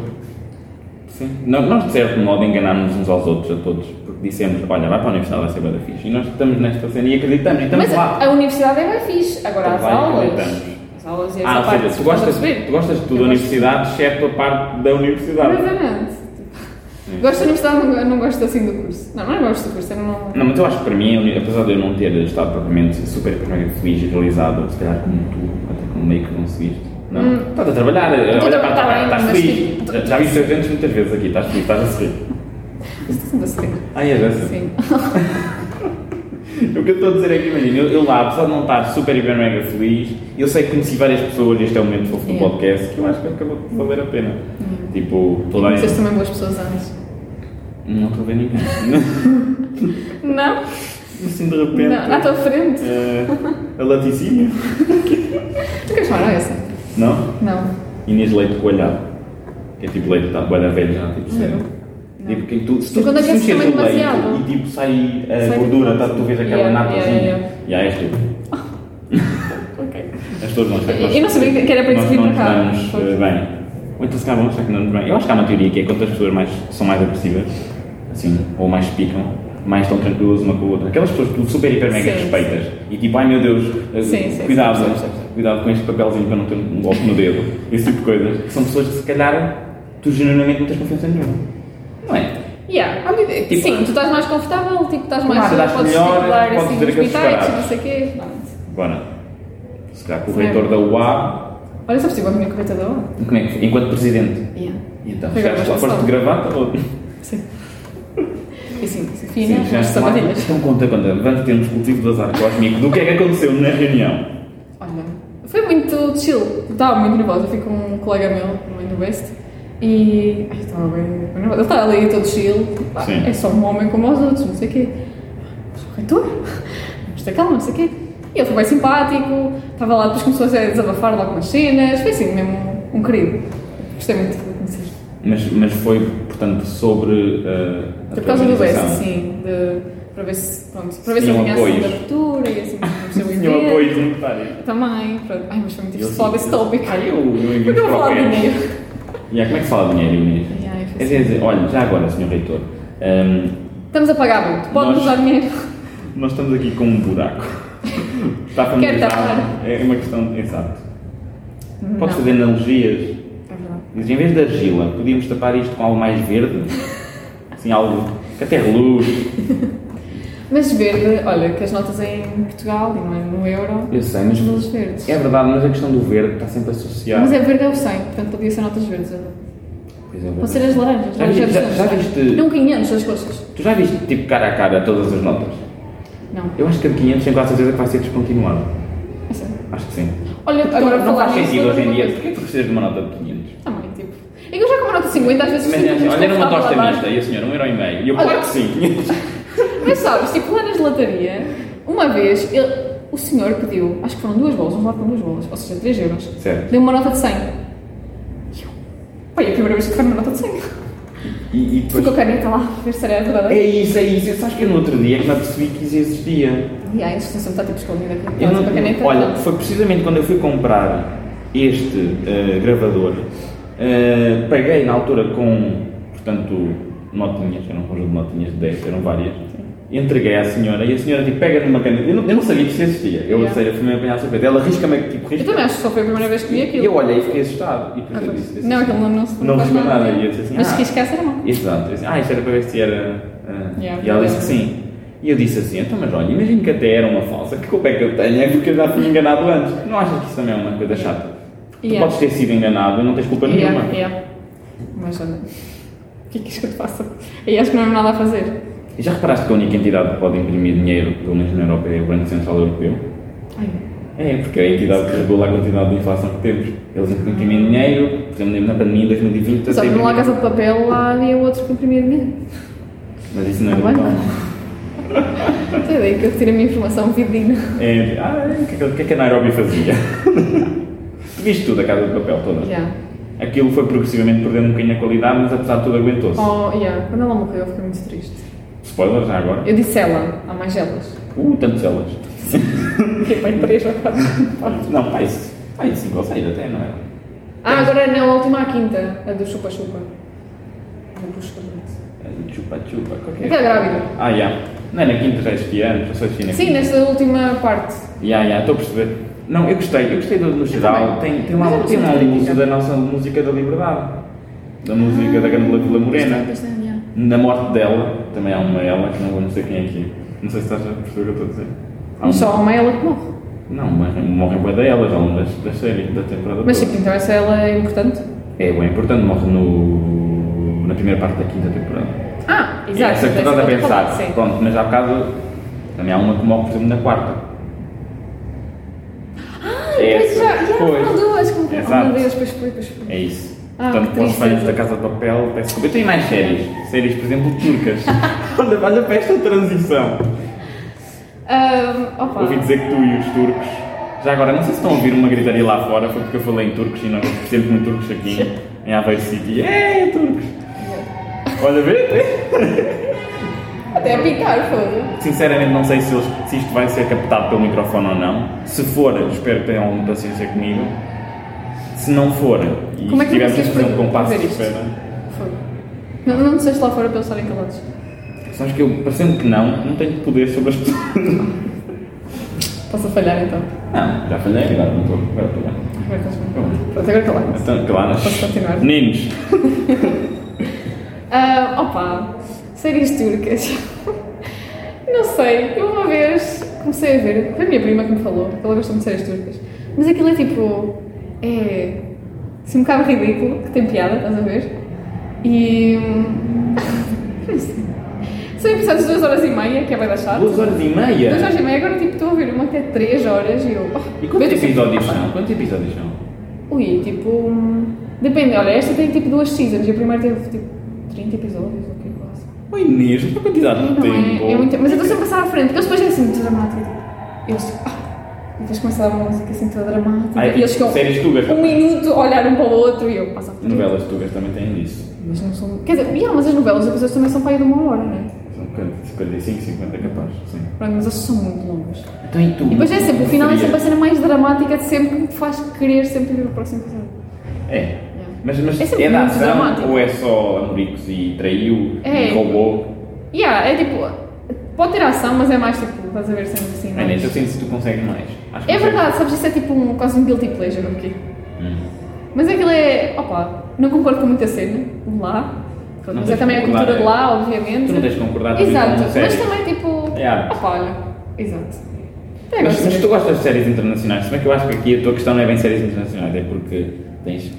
Speaker 1: Sim. Nós, nós, de certo modo, enganámos uns aos outros, a todos, porque dissemos: olha, vai para a universidade, vai ser bada fixe. E nós estamos nesta cena e acreditamos, e estamos
Speaker 2: Mas
Speaker 1: lá.
Speaker 2: a universidade é bem fixe. Agora, as
Speaker 1: Vai,
Speaker 2: aulas.
Speaker 1: acreditamos.
Speaker 2: As aulas e essa
Speaker 1: Ah, ou
Speaker 2: parte.
Speaker 1: seja, tu gostas, tu gostas de tudo da universidade, exceto a parte da universidade.
Speaker 2: Exatamente. Gosto da universidade, não, não gosto assim do curso. Não, não gosto do curso, eu não.
Speaker 1: Não, mas eu acho que para mim, a uni- apesar de eu não ter estado propriamente super, propriamente feliz e realizado, se calhar como tu, até como meio que conseguiste. Não,
Speaker 2: Hum.
Speaker 1: estás a trabalhar, eh, olha
Speaker 2: a
Speaker 1: para
Speaker 2: trabalhar,
Speaker 1: a estás
Speaker 2: mas
Speaker 1: feliz.
Speaker 2: tipo-
Speaker 1: Já, já vi teus dentes muitas vezes aqui, estás feliz, estás a sorrir.
Speaker 2: Estou sempre a sorrir.
Speaker 1: Ai, é dessa.
Speaker 2: Sim.
Speaker 1: O que eu estou a dizer é que, imagina, eu, eu lá, apesar de não estar super, hiper, mega feliz, eu sei que conheci várias pessoas, este é o momento fofo do
Speaker 2: É.
Speaker 1: podcast, que eu acho que acabou de valer a pena. Tipo, toda a
Speaker 2: Uhum. Vocês também boas pessoas antes.
Speaker 1: Não estou a ver ninguém. Não,
Speaker 2: Não,
Speaker 1: assim, de repente.
Speaker 2: não, à tua frente.
Speaker 1: eh, a laticínio?
Speaker 2: Tu queres falar essa?
Speaker 1: Não?
Speaker 2: Não.
Speaker 1: Inês Leite Coalhado. Que é tipo leite, está boa velha já, tipo, sério.
Speaker 2: Não.
Speaker 1: Tipo, que tu, se tu
Speaker 2: Porque quando aquece
Speaker 1: se mexeres
Speaker 2: também
Speaker 1: o leite
Speaker 2: demasiado.
Speaker 1: e tipo sai a
Speaker 2: Sai-
Speaker 1: gordura, tá, tu vês aquela
Speaker 2: Yeah, yeah,
Speaker 1: natazinha.
Speaker 2: yeah.
Speaker 1: E aí és tipo.
Speaker 2: Ok.
Speaker 1: As pessoas não acham
Speaker 2: Eu não sabia que era para isso
Speaker 1: nós
Speaker 2: vir
Speaker 1: não
Speaker 2: para
Speaker 1: nos
Speaker 2: cá.
Speaker 1: damos
Speaker 2: Pois.
Speaker 1: eh, bem. Ou então se calhar vão achar que não nos bem. Eu acho que há uma teoria que é quanto as pessoas mais, são mais agressivas, assim, ou mais picam, mais estão tranquilas uma com a outra. Aquelas pessoas que tu super, hiper, mega
Speaker 2: Sim,
Speaker 1: respeitas. E tipo, ai meu Deus, eh,
Speaker 2: Sim, sim,
Speaker 1: cuidado,
Speaker 2: sim, sim, sim.
Speaker 1: cuidado com este papelzinho para não ter um golpe no dedo. Esse tipo de coisas. Que são pessoas que se calhar tu genuinamente não tens confiança nenhuma. Não é?
Speaker 2: Yeah.
Speaker 1: tipo-
Speaker 2: Sim, tu estás mais confortável, tipo, estás mais.
Speaker 1: Claro, estás
Speaker 2: podes
Speaker 1: melhor,
Speaker 2: circular
Speaker 1: podes
Speaker 2: assim
Speaker 1: dizer
Speaker 2: nos
Speaker 1: aqueles
Speaker 2: hospitais,
Speaker 1: parados.
Speaker 2: não sei o quê. Pronto.
Speaker 1: Agora, se calhar com o
Speaker 2: Sim.
Speaker 1: reitor da UA,
Speaker 2: Olha, só possível a minha corretadora?
Speaker 1: como é que foi? enquanto presidente.
Speaker 2: Yeah.
Speaker 1: E então,
Speaker 2: Foi
Speaker 1: chegaste lá,
Speaker 2: gravação.
Speaker 1: foste de gravata ou.
Speaker 2: Sim. E sim, né?
Speaker 1: Sim,
Speaker 2: fina,
Speaker 1: já
Speaker 2: com as sapatilhas.
Speaker 1: Então conta, conta. Vamos ter um exclusivo do azar cósmico. Do que é que aconteceu na reunião?
Speaker 2: Olha, foi muito chill. Estava muito nervosa. Eu Fui com um colega meu, também do West, e. Ai, estava bem bem nervosa. Ele estava ali todo chill. tipo, pá,
Speaker 1: Sim.
Speaker 2: É só um homem como os outros, não sei o quê. Mas o reitor, vamos ter calma, não sei o quê. E ele foi bem simpático. Estava lá, depois começou a desabafar lá algumas cenas. Foi assim, mesmo um querido. Gostei muito de conhecer.
Speaker 1: Mas, mas foi, portanto, sobre. eh, a
Speaker 2: Por causa do West,
Speaker 1: organização.
Speaker 2: sim. de- para ver se, pronto, para ver se
Speaker 1: Tinham
Speaker 2: ele tinha ação da
Speaker 1: apoios.
Speaker 2: cultura e assim, para perceber o
Speaker 1: Tinha um
Speaker 2: evento.
Speaker 1: apoio voluntário.
Speaker 2: Também, pronto. Ai, mas foi muito
Speaker 1: Eu-
Speaker 2: difícil falar desse tópico.
Speaker 1: Ah, eu- eu
Speaker 2: Porque eu vou falar de
Speaker 1: propriamente.
Speaker 2: dinheiro.
Speaker 1: E aí, como é que fala dinheiro, Inês?
Speaker 2: Yeah, eu faço-
Speaker 1: É dizer, olha, já agora, Sr. Reitor, ehm,
Speaker 2: Estamos a pagar muito. Pode-nos
Speaker 1: Nós-
Speaker 2: dar dinheiro.
Speaker 1: nós estamos aqui com um buraco. Está
Speaker 2: Quero
Speaker 1: familiarizado?
Speaker 2: tapar.
Speaker 1: É uma questão. Exato. Podes
Speaker 2: Não.
Speaker 1: fazer analogias.
Speaker 2: É verdade.
Speaker 1: Diz, em vez de argila, podíamos tapar isto com algo mais verde? assim, algo que até reluz.
Speaker 2: Mas verde, olha, que as notas em Portugal e não é no euro,
Speaker 1: Eu sei,
Speaker 2: as
Speaker 1: mas
Speaker 2: luzes verdes.
Speaker 1: é verdade, mas a questão do verde está sempre associada.
Speaker 2: Mas é verde é o 100, portanto podia ser notas verdes. é verdade.
Speaker 1: Pois é,
Speaker 2: Pode
Speaker 1: verdade.
Speaker 2: ser as laranjas.
Speaker 1: Já
Speaker 2: laranjas
Speaker 1: vi- já-
Speaker 2: verdes,
Speaker 1: já
Speaker 2: sabe?
Speaker 1: viste-
Speaker 2: Não 500 das coisas.
Speaker 1: Tu já viste tipo cara a cara todas as notas?
Speaker 2: Não,
Speaker 1: Eu acho que a de 500 tenho quase certeza que vai ser descontinuada.
Speaker 2: é sério.
Speaker 1: Acho que sim.
Speaker 2: Olha,
Speaker 1: Agora Então, não
Speaker 2: falar
Speaker 1: faz
Speaker 2: nisso,
Speaker 1: sentido hoje em
Speaker 2: lembra-me
Speaker 1: dia.
Speaker 2: uma
Speaker 1: Porquê é que tu precisas de uma nota de 500?
Speaker 2: coisa. Também, tipo. É que eu já com uma nota de 50 às vezes
Speaker 1: Imagina assim,
Speaker 2: sinto-me
Speaker 1: olha era uma tosta
Speaker 2: desconfortável a dar.
Speaker 1: mista e a senhora, um euro e meio. E eu,
Speaker 2: Olha-
Speaker 1: claro que sim, 500.
Speaker 2: Mas sabes, tipo, lá na gelataria, uma vez, ele- o senhor pediu, acho que foram duas bolas, vamos lá com duas bolas, ou seja, 3 euros.
Speaker 1: Certo.
Speaker 2: Deu uma nota de 100. E eu, Pá, é a primeira vez que tocaram uma nota de 100.
Speaker 1: E, e
Speaker 2: Fui com a
Speaker 1: depois...
Speaker 2: caneta lá, ver se era verdade.
Speaker 1: É isso, é isso. Sabes que eu no outro dia é que não percebi que isso existia.
Speaker 2: E aí, a instituição está tipo escondida aqui.
Speaker 1: Eu
Speaker 2: Eu
Speaker 1: não-
Speaker 2: com a caneta.
Speaker 1: olha,
Speaker 2: não.
Speaker 1: foi precisamente quando eu fui comprar este eh, gravador, eh, paguei na altura com, portanto, notinhas, era um conjunto de notinhas de 10, eram várias, entreguei à senhora e a senhora tipo, pega numa caneta, eu não, eu não sabia que isso existia, eu, ou
Speaker 2: Yeah.
Speaker 1: seja, fui-me apanhar a surpresa, ela risca-me, tipo,
Speaker 2: eu
Speaker 1: risca
Speaker 2: também acho que só foi a primeira vez que vi
Speaker 1: e
Speaker 2: aquilo.
Speaker 1: eu olhei e fiquei assustado, e depois
Speaker 2: Ah,
Speaker 1: eu
Speaker 2: pois.
Speaker 1: disse,
Speaker 2: não, aquilo não, não se
Speaker 1: não
Speaker 2: faz é.
Speaker 1: riscou nada, e eu disse assim,
Speaker 2: Mas
Speaker 1: ah.
Speaker 2: se riscasse era mal.
Speaker 1: Exato, eu disse, ah, isto era para ver se era. ah."
Speaker 2: Yeah,
Speaker 1: e ela disse que
Speaker 2: porque-
Speaker 1: sim. E eu disse assim, então, mas olha, imagino que até era uma falsa, que culpa é que eu tenho? É porque eu já fui enganado antes. Não achas que isso também é uma coisa chata? Tu
Speaker 2: Yeah.
Speaker 1: podes ter sido enganado e não tens culpa
Speaker 2: Yeah,
Speaker 1: nenhuma.
Speaker 2: yeah. Mas olha, o que é que isto eu faço? Aí acho que não há nada a fazer.
Speaker 1: E já reparaste que a única entidade que pode imprimir dinheiro, pelo menos na Europa, é o Banco Central Europeu?
Speaker 2: Ai,
Speaker 1: É, porque é a entidade que regula a quantidade de inflação que temos. Eles imprimem dinheiro, por exemplo, lembro na pandemia em 2020.
Speaker 2: só que
Speaker 1: até um.
Speaker 2: não há
Speaker 1: imprimir-
Speaker 2: casa de papel, lá havia outros com o primeiro dinheiro.
Speaker 1: Mas isso não é
Speaker 2: Não vai
Speaker 1: legal.
Speaker 2: Sei daí que eu tiro a minha informação vidinho.
Speaker 1: É, ah, o que, é que- o que é que a Nairobi fazia? Viste tudo, a casa de papel toda.
Speaker 2: Yeah.
Speaker 1: Aquilo foi progressivamente perdendo um bocadinho a qualidade, mas apesar de tudo aguentou-se.
Speaker 2: Oh, yeah. Quando ela morreu, eu fiquei muito triste.
Speaker 1: Spoiler já agora.
Speaker 2: Eu disse ela, há mais elas.
Speaker 1: Uh, tantos elas.
Speaker 2: Fiquei bem três ou quatro.
Speaker 1: Não, pai, pai, cinco ou seis até, não é?
Speaker 2: Ah, agora não, a última à quinta, a do chupa-chupa. Não puxo para dentro.
Speaker 1: É Chupa-chupa, qualquer.
Speaker 2: Aquela grávida.
Speaker 1: Ah, já. Não é na quinta já existia anos, só existia na
Speaker 2: Sim,
Speaker 1: quinta.
Speaker 2: nesta última parte.
Speaker 1: Já, já, estou a perceber. Não, eu gostei, eu gostei do no geral.
Speaker 2: também.
Speaker 1: Tem, tem
Speaker 2: Mas eu
Speaker 1: lá,
Speaker 2: não
Speaker 1: tem
Speaker 2: sou
Speaker 1: lá um
Speaker 2: crítica. Ah.
Speaker 1: uso da nossa música da liberdade. Da música da Grande Vila Morena.
Speaker 2: Pois tem, pois tem, yeah.
Speaker 1: Na morte dela, também há uma ela, que não vou não sei quem é aqui. Não sei se estás a perceber o que eu estou a dizer. Há
Speaker 2: Não Um só
Speaker 1: uma-
Speaker 2: há uma ela que morre.
Speaker 1: Não, morre, morre bem delas, há uma das, das séries da temporada
Speaker 2: Mas
Speaker 1: toda.
Speaker 2: tipo, então essa ela é importante?
Speaker 1: É bem importante, morre no, na primeira parte da quinta temporada.
Speaker 2: Ah,
Speaker 1: E
Speaker 2: exato.
Speaker 1: Essa que tu
Speaker 2: dessa
Speaker 1: estás a
Speaker 2: outra
Speaker 1: pensar.
Speaker 2: parte, Sim.
Speaker 1: Pronto, mas há bocado também há uma que morre, por exemplo, na quarta.
Speaker 2: Ah, pois já, já
Speaker 1: pois.
Speaker 2: foram duas. Como... Oh
Speaker 1: Exato.
Speaker 2: meu Deus, pois foi, pois foi.
Speaker 1: É isso.
Speaker 2: Ah,
Speaker 1: Portanto,
Speaker 2: que
Speaker 1: para os
Speaker 2: tristeza.
Speaker 1: fãs da Casa de Papel, peço desculpa. Eu tenho mais séries. Séries, por exemplo, turcas. olha, olha para esta transição.
Speaker 2: Ah, opa.
Speaker 1: Ouvi dizer que tu e os turcos. Já agora, não sei se estão a ouvir uma gritaria lá fora, foi porque eu falei em turcos e nós sempre muito turcos aqui em Aveiro City. É, turcos! Olha, vê, vê.
Speaker 2: Até a picar, fogo.
Speaker 1: Sinceramente, não sei se, eles- se isto vai ser captado pelo microfone ou não. Se for, espero que tenham alguma paciência comigo. Se não for, e
Speaker 2: Como é que
Speaker 1: tivermos
Speaker 2: vocês
Speaker 1: que fazer um
Speaker 2: podem
Speaker 1: compasso
Speaker 2: fazer
Speaker 1: de
Speaker 2: isto?
Speaker 1: espera.
Speaker 2: Fogo. Não, não disseste lá fora para eles estarem calados.
Speaker 1: Sabes que eu, parecendo que não, não tenho poder sobre as pessoas.
Speaker 2: Posso falhar então.
Speaker 1: Não, já falhei, agora não estou. Agora estou bem.
Speaker 2: Agora estás bem. Pronto, agora calados.
Speaker 1: Então, claro.
Speaker 2: Posso continuar?
Speaker 1: Meninos,
Speaker 2: Ah, opa, séries turcas. Não sei, eu uma vez comecei a ver, foi a minha prima que me falou, que ela gosta muito de séries turcas. Mas aquilo é tipo. É. Assim, um bocado ridículo, que tem piada, estás a ver? E. hum, não sei. São episódios de 2 horas e meia, que é bem da chata.
Speaker 1: duas horas e meia.
Speaker 2: 2 horas e meia, agora tipo, estou a ver uma que é 3 horas e eu.
Speaker 1: E quantos
Speaker 2: Mas, tipo,
Speaker 1: episódios são? Quantos episódios são?
Speaker 2: Ui, tipo. hum, Depende, olha, esta tem tipo duas seasons e a primeira teve tipo 30 episódios, ou o que quase.
Speaker 1: Oi Inês, muita quantidade de
Speaker 2: Não
Speaker 1: tempo.
Speaker 2: é, é muito, mas eu estou sempre a passar à frente, porque eles depois é assim muito dramático. tipo, Eles, ah, e depois começa a dar uma música assim toda dramática.
Speaker 1: Ai,
Speaker 2: e eles ficam
Speaker 1: Ah, é tipo, séries tugas.
Speaker 2: um minuto a olhar um para o outro e eu passo à frente.
Speaker 1: Novelas tugas também têm isso.
Speaker 2: Mas não são. Quer dizer, yeah, mas as novelas episódios também são para aí de uma hora, não é?
Speaker 1: São quanto? 55, 50 capaz, sim.
Speaker 2: Pronto, mas as são muito longas.
Speaker 1: Então e tu?
Speaker 2: E depois é sempre, o final é sempre a cena mais dramática de sempre que me faz querer sempre ver o próximo episódio.
Speaker 1: É.
Speaker 2: Yeah.
Speaker 1: Mas, mas
Speaker 2: É
Speaker 1: é,
Speaker 2: sempre
Speaker 1: da
Speaker 2: muito
Speaker 1: ação
Speaker 2: dramático.
Speaker 1: ou é só amoricos e traiu
Speaker 2: É.
Speaker 1: e roubou?
Speaker 2: Yeah, é tipo. Pode ter ação, mas é mais tipo, estás a ver sempre assim.
Speaker 1: Ai, Inês,
Speaker 2: mais-
Speaker 1: eu Hum. sinto se tu consegues mais. Acho que
Speaker 2: É
Speaker 1: consegues.
Speaker 2: verdade, sabes, isso é tipo um, quase um guilty pleasure aqui. Mas aquilo é. opa, não concordo com muita cena de lá. Pronto,
Speaker 1: Não
Speaker 2: mas
Speaker 1: tens
Speaker 2: é
Speaker 1: de
Speaker 2: também a
Speaker 1: concordar,
Speaker 2: cultura de
Speaker 1: é.
Speaker 2: lá, obviamente.
Speaker 1: Tu não tens de concordar também
Speaker 2: Exato,
Speaker 1: com uma série.
Speaker 2: mas também tipo.
Speaker 1: É arte.
Speaker 2: opa, olha. Exato. Até
Speaker 1: Mas,
Speaker 2: gosto.
Speaker 1: mas tu gostas de séries internacionais, se bem que eu acho que aqui a tua questão não é bem séries internacionais, é porque tens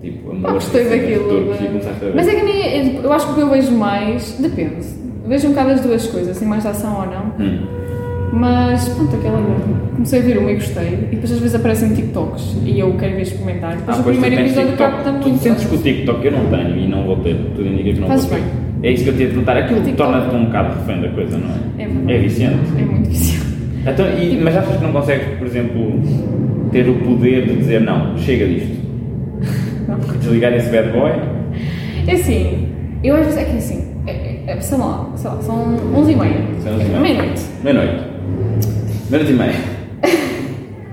Speaker 1: tipo amor.
Speaker 2: Pá, gostei daquilo.
Speaker 1: Turcos, e começaste a ver.
Speaker 2: Mas é que a mim, eu- eu acho que o que eu vejo mais. Depende. Vejo um bocado as duas coisas, assim, mais de ação ou não.
Speaker 1: Hum.
Speaker 2: Mas, pronto, aquela. é Comecei a ver uma e gostei. E depois às vezes aparecem TikToks e eu quero ver experimentar. Depois o
Speaker 1: Ah, pois tu
Speaker 2: primeiro
Speaker 1: tens
Speaker 2: episódio
Speaker 1: TikTok.
Speaker 2: capta
Speaker 1: Tu
Speaker 2: muito.
Speaker 1: sentes que o TikTok eu não tenho e não vou ter, tu indicas que não
Speaker 2: Fazes
Speaker 1: vou ter.
Speaker 2: bem.
Speaker 1: É isso que eu te ia perguntar,
Speaker 2: O
Speaker 1: aquilo
Speaker 2: TikTok-
Speaker 1: torna-te um bocado refém da coisa, não é?
Speaker 2: É verdade. Tipo-
Speaker 1: viciante.
Speaker 2: É muito difícil.
Speaker 1: Então, e- mas achas que não consegues, por exemplo, ter o poder de dizer não, chega disto? Desligar esse bad boy?
Speaker 2: É assim, eu às vezes é que é assim, é, é, sei lá, sei lá, são 11 e meia.
Speaker 1: São 11h30.
Speaker 2: Meia-noite.
Speaker 1: é Meia-noite. Meia-noite e meia.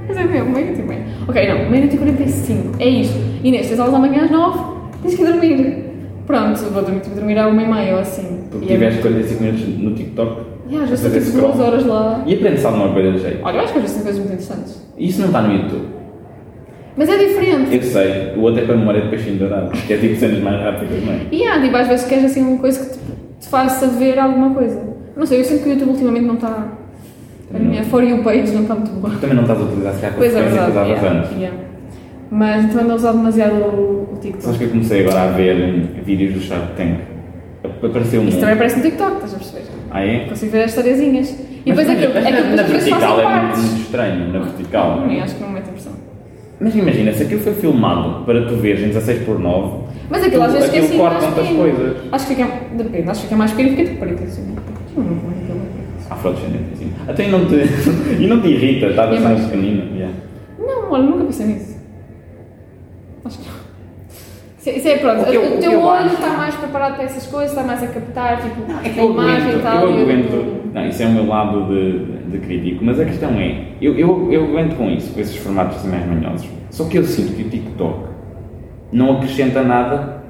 Speaker 2: Mas é mesmo, meia-noite e meia. Ok, não, meia-noite e 45. É isto. Inês, tens aulas amanhã às 9, tens que ir dormir. Pronto, vou dormir, tipo, dormir à 1 e meia ou assim.
Speaker 1: Porque
Speaker 2: E é-
Speaker 1: tiveste 45 minutos no TikTok.
Speaker 2: E às vezes
Speaker 1: a fazer
Speaker 2: estou tipo
Speaker 1: scroll.
Speaker 2: 2 horas lá.
Speaker 1: E aprendes alguma coisa do jeito.
Speaker 2: Olha, eu acho que às vezes são coisas muito interessantes.
Speaker 1: Isso não está no YouTube.
Speaker 2: Mas é diferente.
Speaker 1: Eu sei, o outro é para memória de peixinho dourado, que é tipo cenas mais rápidas, não é?
Speaker 2: E há, tipo, às vezes queres assim uma coisa que te, te faça ver alguma coisa. Não sei, eu sinto que o YouTube ultimamente não está. A
Speaker 1: Não.
Speaker 2: minha For You page não está muito boa.
Speaker 1: Também não estás a utilizar se calhar com
Speaker 2: Pois é,
Speaker 1: frequência que
Speaker 2: verdade.
Speaker 1: usavas
Speaker 2: yeah,
Speaker 1: antes.
Speaker 2: yeah. Mas então ando a usar demasiado o
Speaker 1: Sabes
Speaker 2: o TikTok.
Speaker 1: que eu comecei agora a ver hum, vídeos do Shark Tank. Apareceu um.
Speaker 2: Isso também aparece no TikTok, estás a perceber?
Speaker 1: Ah, é?
Speaker 2: Consigo ver as historiazinhas. E
Speaker 1: Mas
Speaker 2: depois é
Speaker 1: na-
Speaker 2: aquilo,
Speaker 1: mas na-
Speaker 2: aquilo
Speaker 1: na
Speaker 2: depois depois
Speaker 1: vertical
Speaker 2: fazem
Speaker 1: é muito,
Speaker 2: partes.
Speaker 1: muito estranho, na vertical.
Speaker 2: Nem Hum, acho que não é me mete a pressão.
Speaker 1: Mas imagina, se aquilo foi filmado para tu veres em 16 por 9,
Speaker 2: Mas aquilo às vezes
Speaker 1: Aquilo
Speaker 2: esqueci.
Speaker 1: corta
Speaker 2: acho que-
Speaker 1: tantas coisas.
Speaker 2: Acho que fica. Depende, acho que fica mais pequeno e fica tipo preto assim. Eu não vou naquilo, é preto.
Speaker 1: afrodescendente assim. Até e não te, e não te irrita, estás
Speaker 2: É
Speaker 1: a mais
Speaker 2: mais-
Speaker 1: pequenino. Yeah.
Speaker 2: Não, olha, nunca pensei nisso. Acho que não. Isso é- Isso é pronto.
Speaker 1: O que eu-
Speaker 2: o
Speaker 1: o
Speaker 2: teu
Speaker 1: que eu
Speaker 2: olho
Speaker 1: acho- é
Speaker 2: está mais preparado para essas coisas, está mais a captar, tipo, a
Speaker 1: Eu
Speaker 2: imagem tá e
Speaker 1: aguento,
Speaker 2: tal.
Speaker 1: eu
Speaker 2: e o-
Speaker 1: aguento. Não, isso é o meu lado de, de crítico, mas a questão é, eu, eu, eu aguento com isso, com esses formatos assim mais manhosos. Só que eu sinto que o TikTok não acrescenta nada